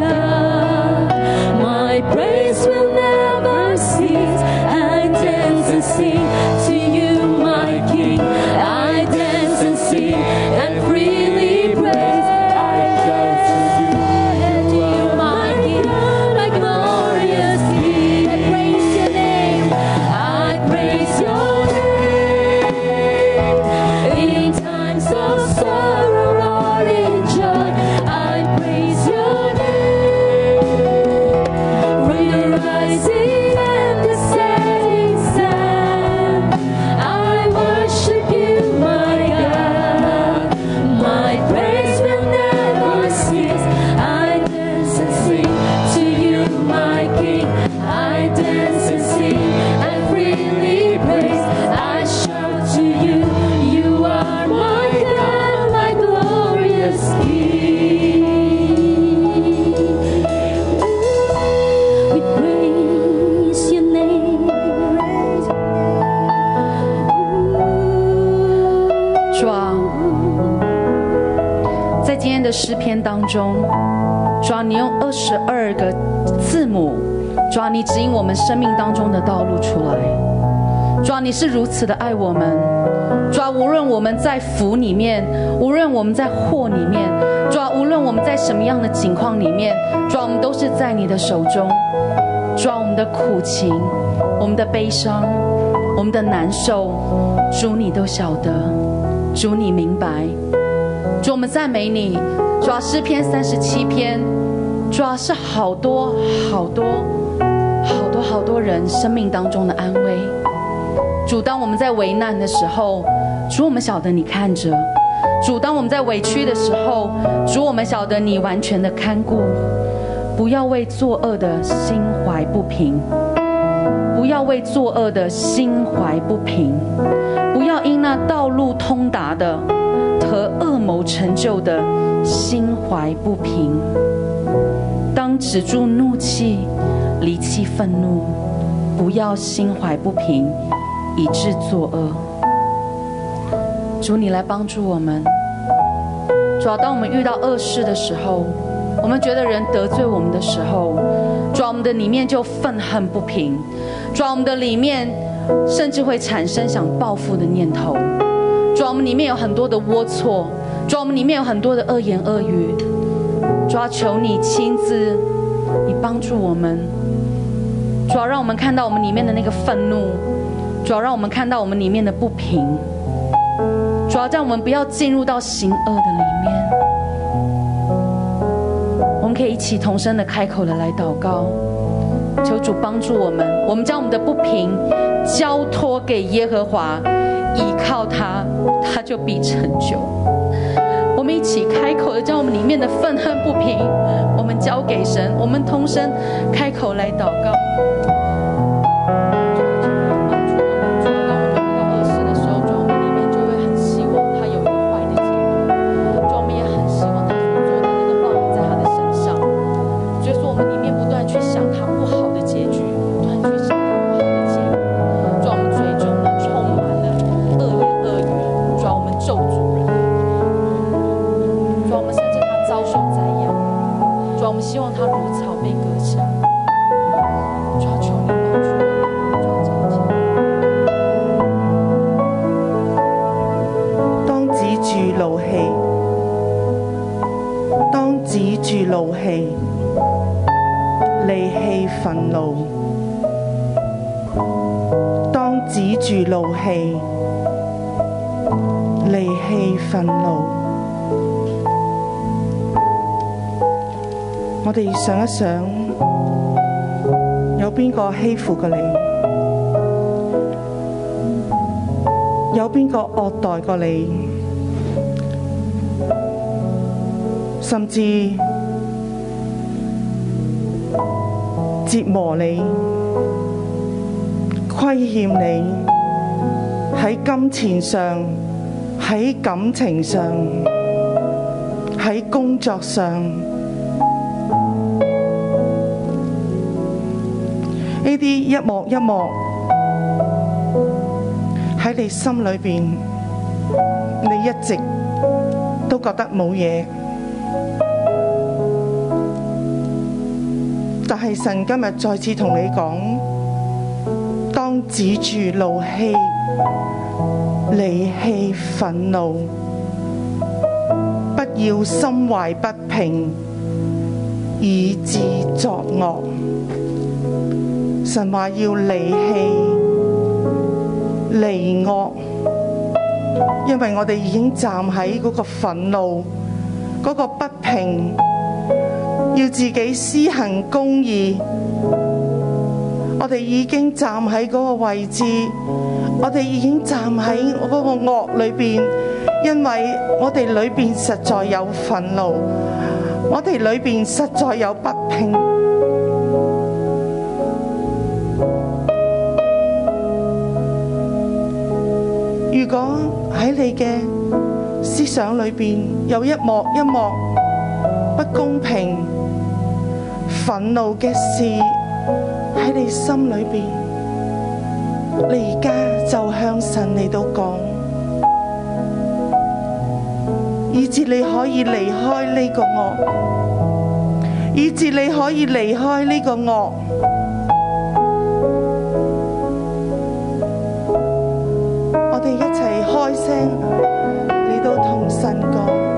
[SPEAKER 4] King. I dance and sing and freely praise. I shout to you, you are my God, my glorious King. We praise your name.
[SPEAKER 5] 主啊，在今天的诗篇当中，主啊，你用二十二个字母，主啊，你指引我们生命当中的道路出来。主啊，你是如此的爱我们。主啊，无论我们在福里面，无论我们在祸里面，主啊，无论我们在什么样的境况里面，主啊，我们都是在你的手中。主啊，我们的苦情，我们的悲伤，我们的难受，主你都晓得，主你明白。主，我们赞美你。主啊，诗篇三十七篇，主啊是好多好多好多好多人生命当中的安慰。主，当我们在危难的时候，主，我们晓得你看着；主，当我们在委屈的时候，主，我们晓得你完全的看顾。不要为作恶的心怀不平，不要为作恶的心怀不平，不要因那道路通达的和恶谋成就的心怀不平。当止住怒气，离弃愤怒，不要心怀不平，以致作恶。主，你来帮助我们。主要当我们遇到恶事的时候，我们觉得人得罪我们的时候，主要啊我们的里面就愤恨不平，主要啊我们的里面甚至会产生想报复的念头。主啊，我们里面有很多的龌龊，主啊，我们里面有很多的恶言恶语，主啊，求你亲自，你帮助我们，主啊，让我们看到我们里面的那个愤怒，主啊，让我们看到我们里面的不平，主啊，让我们不要进入到行恶的里面。我们可以一起同声的开口的来祷告，求主帮助我们，我们将我们的不平交托给耶和华，依靠他，他就必成就。我们一起开口的将我们里面的愤恨不平，我们交给神，我们同声开口来祷告。就说我们里面不断去想他不好的结局，不断去想他不好的结果。主啊，我们最终呢充满了恶言恶语，主啊，我们咒诅人，主啊，我们甚至他遭受灾殃，主啊，我们希望他如草被割下。主啊，求你帮助我们，主啊，这一切。
[SPEAKER 6] 当止住怒气，当止住怒气，离弃愤怒，当止住怒气，离弃愤怒。我哋想一想，有边个欺负过你？有邊個惡待過你，甚至折磨你、虧欠你，喺金錢上、喺感情上、喺工作上，呢啲一幕一幕。喺你心裏邊，你一直都覺得冇嘢，但係神今日再次同你講，當止住怒氣、離氣、憤怒，不要心懷不平，以致作惡。神話要離氣。離惡，因為我哋已經站喺嗰個憤怒、嗰、個不平，要自己施行公義。我哋已經站喺嗰個位置，我哋已經站喺嗰個惡裏邊，因為我哋裏邊實在有憤怒，我哋裏邊實在有不平。哋嘅思想裏边有一幕一幕不公平、憤怒嘅事喺你心裏边，你而家就向神嚟到講，以至你可以離開呢個惡，以至你可以離開呢個惡。我哋一齊開聲嚟到同神講。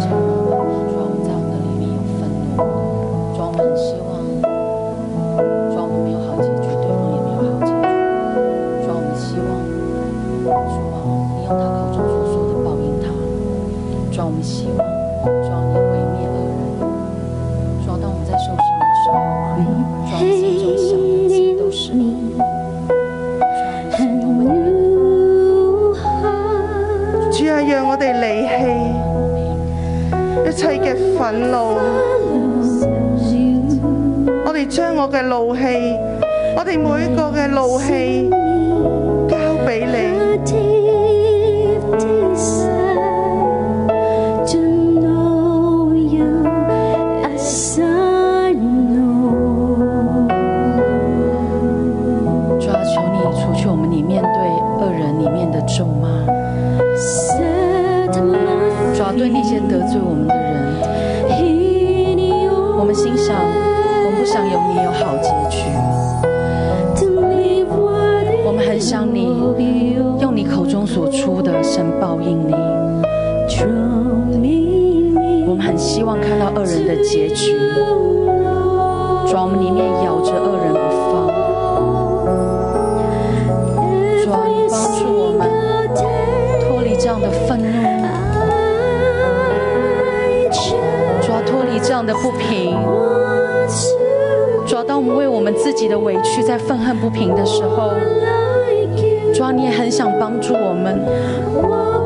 [SPEAKER 5] 主啊，我们在我们的里面有愤怒，主啊，我们很希望，主啊，我们没有好结局，对方也没有好结局，主啊，我们希望，主啊，你用他口中所说的报应他，主啊，我们希望，主啊，你毁灭恶人，主啊，当我们在受伤的时候，主啊，我们心中想的尽都是你，主啊，你希望我们永远
[SPEAKER 6] 主啊，让我哋离弃一切嘅愤怒，我哋将我嘅怒气，我哋每一个嘅怒气交俾你，
[SPEAKER 5] 主啊，求你除去我们里面对恶人里面的咒骂。主要对那些得罪我们的人，我们心想，我们不想有你有好结局，我们很想你用你口中所出的神报应你，我们很希望看到恶人的结局。主要我们里面咬着恶人不放，主要你帮助我们脱离这样的愤怒，主啊要脱离这样的不平，主要当我们为我们自己的委屈在愤恨不平的时候。主啊，你也很想帮助我们，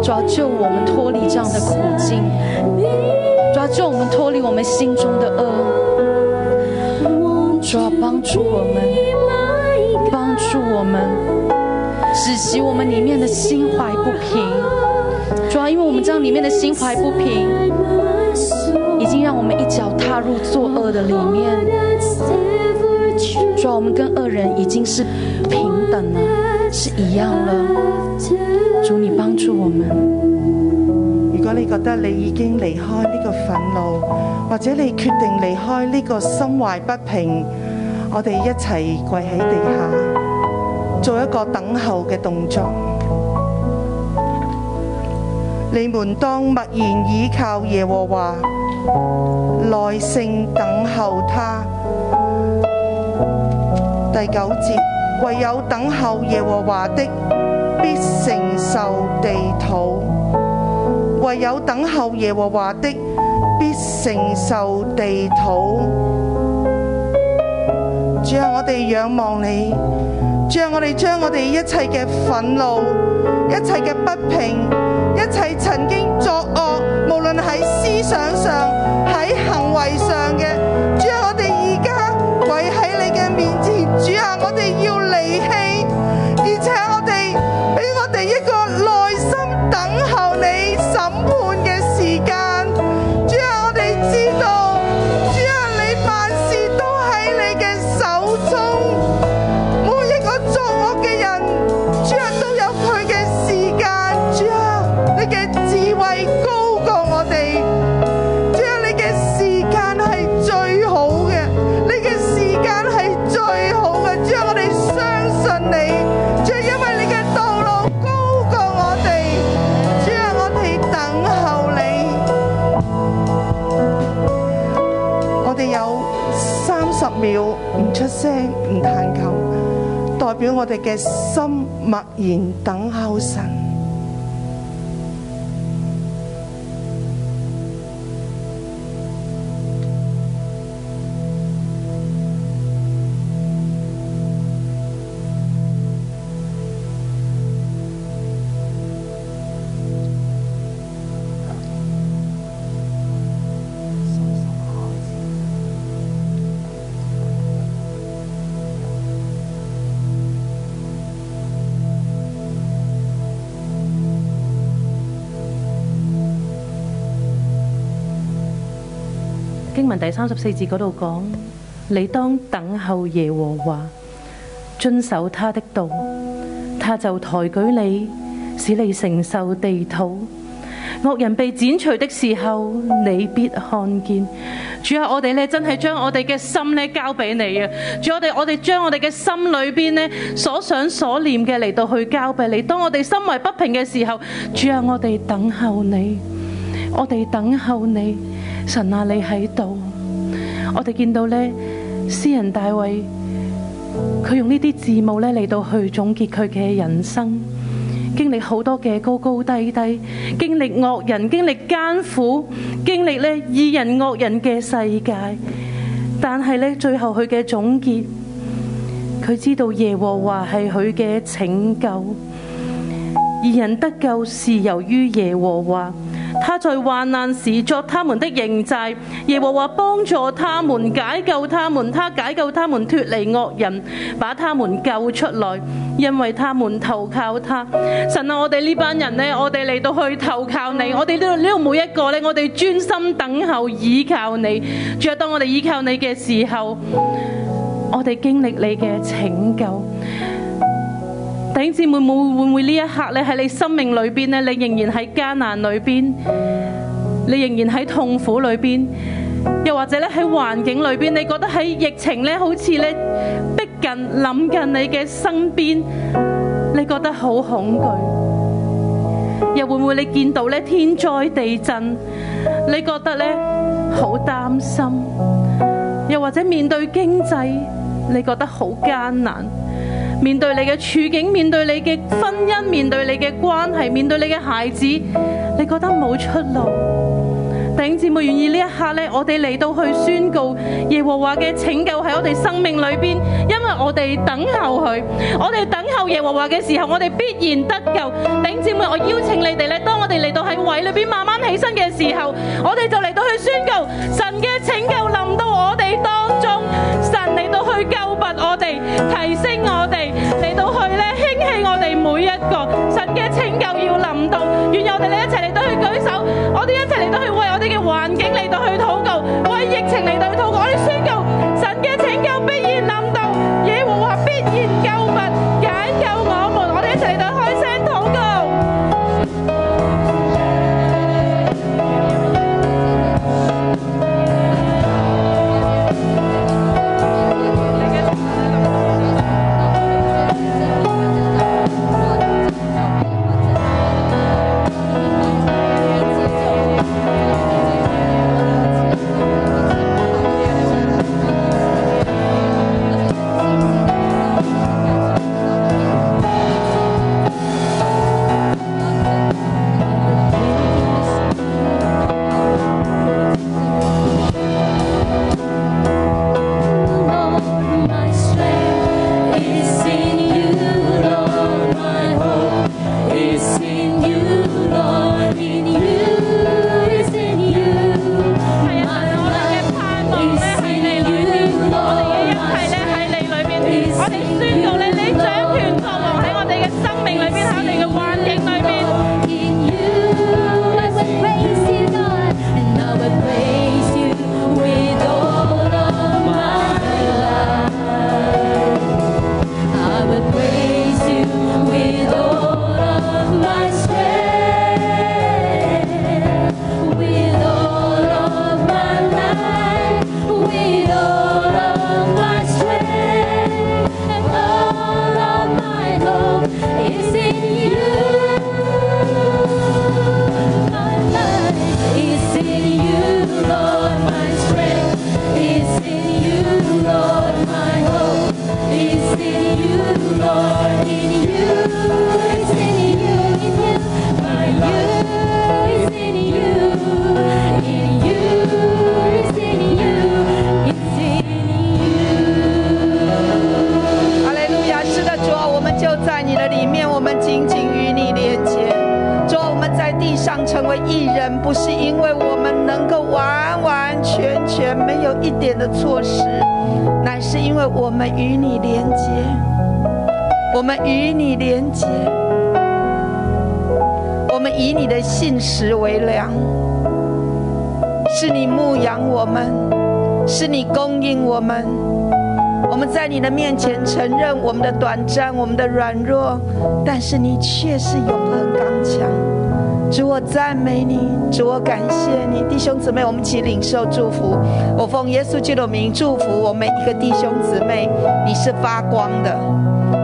[SPEAKER 5] 主啊，救我们脱离这样的苦境，主啊，救我们脱离我们心中的恶，主啊，帮助我们，帮助我们，止息我们里面的心怀不平，主啊，因为我们这样里面的心怀不平，已经让我们一脚踏入作恶的里面，主啊，我们跟恶人已经是平等了，是一样了，主你帮助我们。
[SPEAKER 6] 如果你覺得你已經離開呢個憤怒，或者你決定離開呢個心懷不平，我哋一齊跪喺地下，做一個等候嘅動作。你們當默然倚靠耶和華，耐性等候他。第九節，唯有等候耶和華的，必承受地土。唯有等候耶和華的，必承受地土。主啊，我哋仰望你，主啊，我哋將我哋一切嘅憤怒、一切嘅不平、一切曾經作惡，無論喺思想上、喺行為上嘅，主啊，我哋而家跪喺你嘅面前，主啊，我哋要離棄，而且我哋俾我哋一個耐心等候你審判嘅時間。主啊，我哋知道，主啊，你萬事都喺你嘅手中。每一個作惡嘅人，主啊都有佢嘅時間，主啊，你嘅智慧高過我哋，主啊，你嘅時間係最好嘅，你嘅時間係最好嘅，主啊，我哋相信你，主啊，因為你嘅道路高過我哋，主啊，我哋等候你。我哋有三十秒唔出聲唔彈琴，代表我哋嘅心默然等候神。
[SPEAKER 7] 經文第三十四節嗰度講：你當等候耶和華，遵守他的道，他就抬舉你，使你承受地土。惡人被剪除的時候，你必看見。主啊，我哋咧真係將我哋嘅心咧交俾你啊！主，我哋我哋將我哋嘅心裏邊咧啊所想所念嘅嚟到去交俾你。當我哋心懷不平嘅時候，主啊，我哋等候你，我哋等候你，神啊，你喺度。我哋見到咧，詩人大衛，佢用呢啲字母咧嚟到去總結佢嘅人生。經歷好多嘅高高低低，經歷惡人，經歷艱苦，經歷咧義人惡人嘅世界。但係咧，最後佢嘅總結，佢知道耶和華係佢嘅拯救。義人得救是由於耶和華，他在患難時作他們的營寨，耶和華幫助他們，解救他們，他解救他們脱離惡人，把他們救出來，因為他們投靠他。神啊，我哋呢班人呢，我哋嚟到去投靠你，我哋呢度呢度每一個呢，我哋專心等候倚靠你。主啊，當我哋倚靠你嘅時候，我哋經歷你嘅拯救。弟兄姊妹，會唔會呢一刻咧喺你生命裏邊咧，你仍然喺艱難裏邊，你仍然喺痛苦裏邊，又或者咧喺環境裏邊，你覺得喺疫情咧好似咧逼近諗近你嘅身邊，你覺得好恐懼，又會唔會你見到咧天災地震，你覺得咧好擔心，又或者面對經濟，你覺得好艱難。面對你嘅處境，面對你嘅婚姻，面對你嘅關係，面對你嘅孩子，你覺得冇出路。弟兄姊妹，願意呢一刻呢，我哋嚟到去宣告耶和華嘅拯救喺我哋生命裏邊，因為我哋等候佢，我哋等候耶和華嘅時候，我哋必然得救。弟兄姊妹，我邀請你哋呢，當我哋嚟到喺位裏邊慢慢起身嘅時候，我哋就嚟到去宣告神嘅拯救臨到我哋當中，神嚟到去救拔我哋，提升我哋，嚟到去咧興起我哋每一個，神嘅拯救要臨到，願我哋咧一齊嚟到去舉手，我哋一齊嚟到去為我哋嘅環境嚟到去禱告，為疫情嚟到去禱告，我哋宣告神嘅拯救必然臨到，耶和華必然救拔解救我們，我哋一齊嚟到開聲禱告。
[SPEAKER 4] My strength is in You, Lord. My hope is in You, Lord. In You is in You. My life is in You, Lord. My strength is in You, Lord. In You I will praise You, God, and I will praise You with all of my life. I will praise you with all of my strength, with all of my life, with all of my strength, and all of my hope is in you. My life is in you, Lord. My strength is in you, Lord. My hope. Is in you, Lord, in you, is in you, in you, my you is in you, in you, is in you, it's in you.
[SPEAKER 8] 哈利路亚！是的，主啊，我们就在你的里面，我们紧紧与你连接。主啊，我们在地上成为艺人，不是因为我们能够完完全全没有一点的措施，乃是因为我们与你连接，我们与你连接，我们以你的信实为粮。
[SPEAKER 6] 是你牧养我们，是你供应我们。我们在你的面前承认我们的短暂，我们的软弱，但是你却是永恒刚强。主，我赞美你，主，我感谢你，弟兄姊妹，我们一起领受祝福。我奉耶稣基督的名祝福我每一个弟兄姊妹，你是发光的，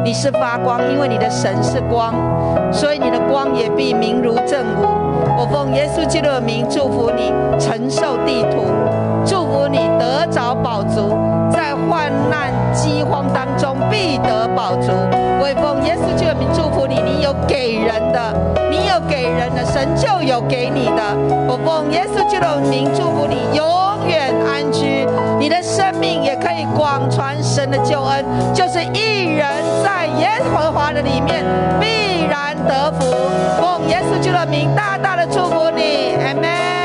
[SPEAKER 6] 你是发光，因为你的神是光，所以你的光也必明如正午。我奉耶稣基督的名祝福你，承受地土，祝福你得着宝足，在患难饥荒当中必得宝足。我也奉耶稣基督的名祝福你，你有给人的，你有给人的，神就有给你的。我奉耶稣基督的名祝福你，永远安居。你的生命也可以广传神的救恩，就是一人在耶和华的里面必然得福。奉耶稣基督的名，大大的祝福你，阿门。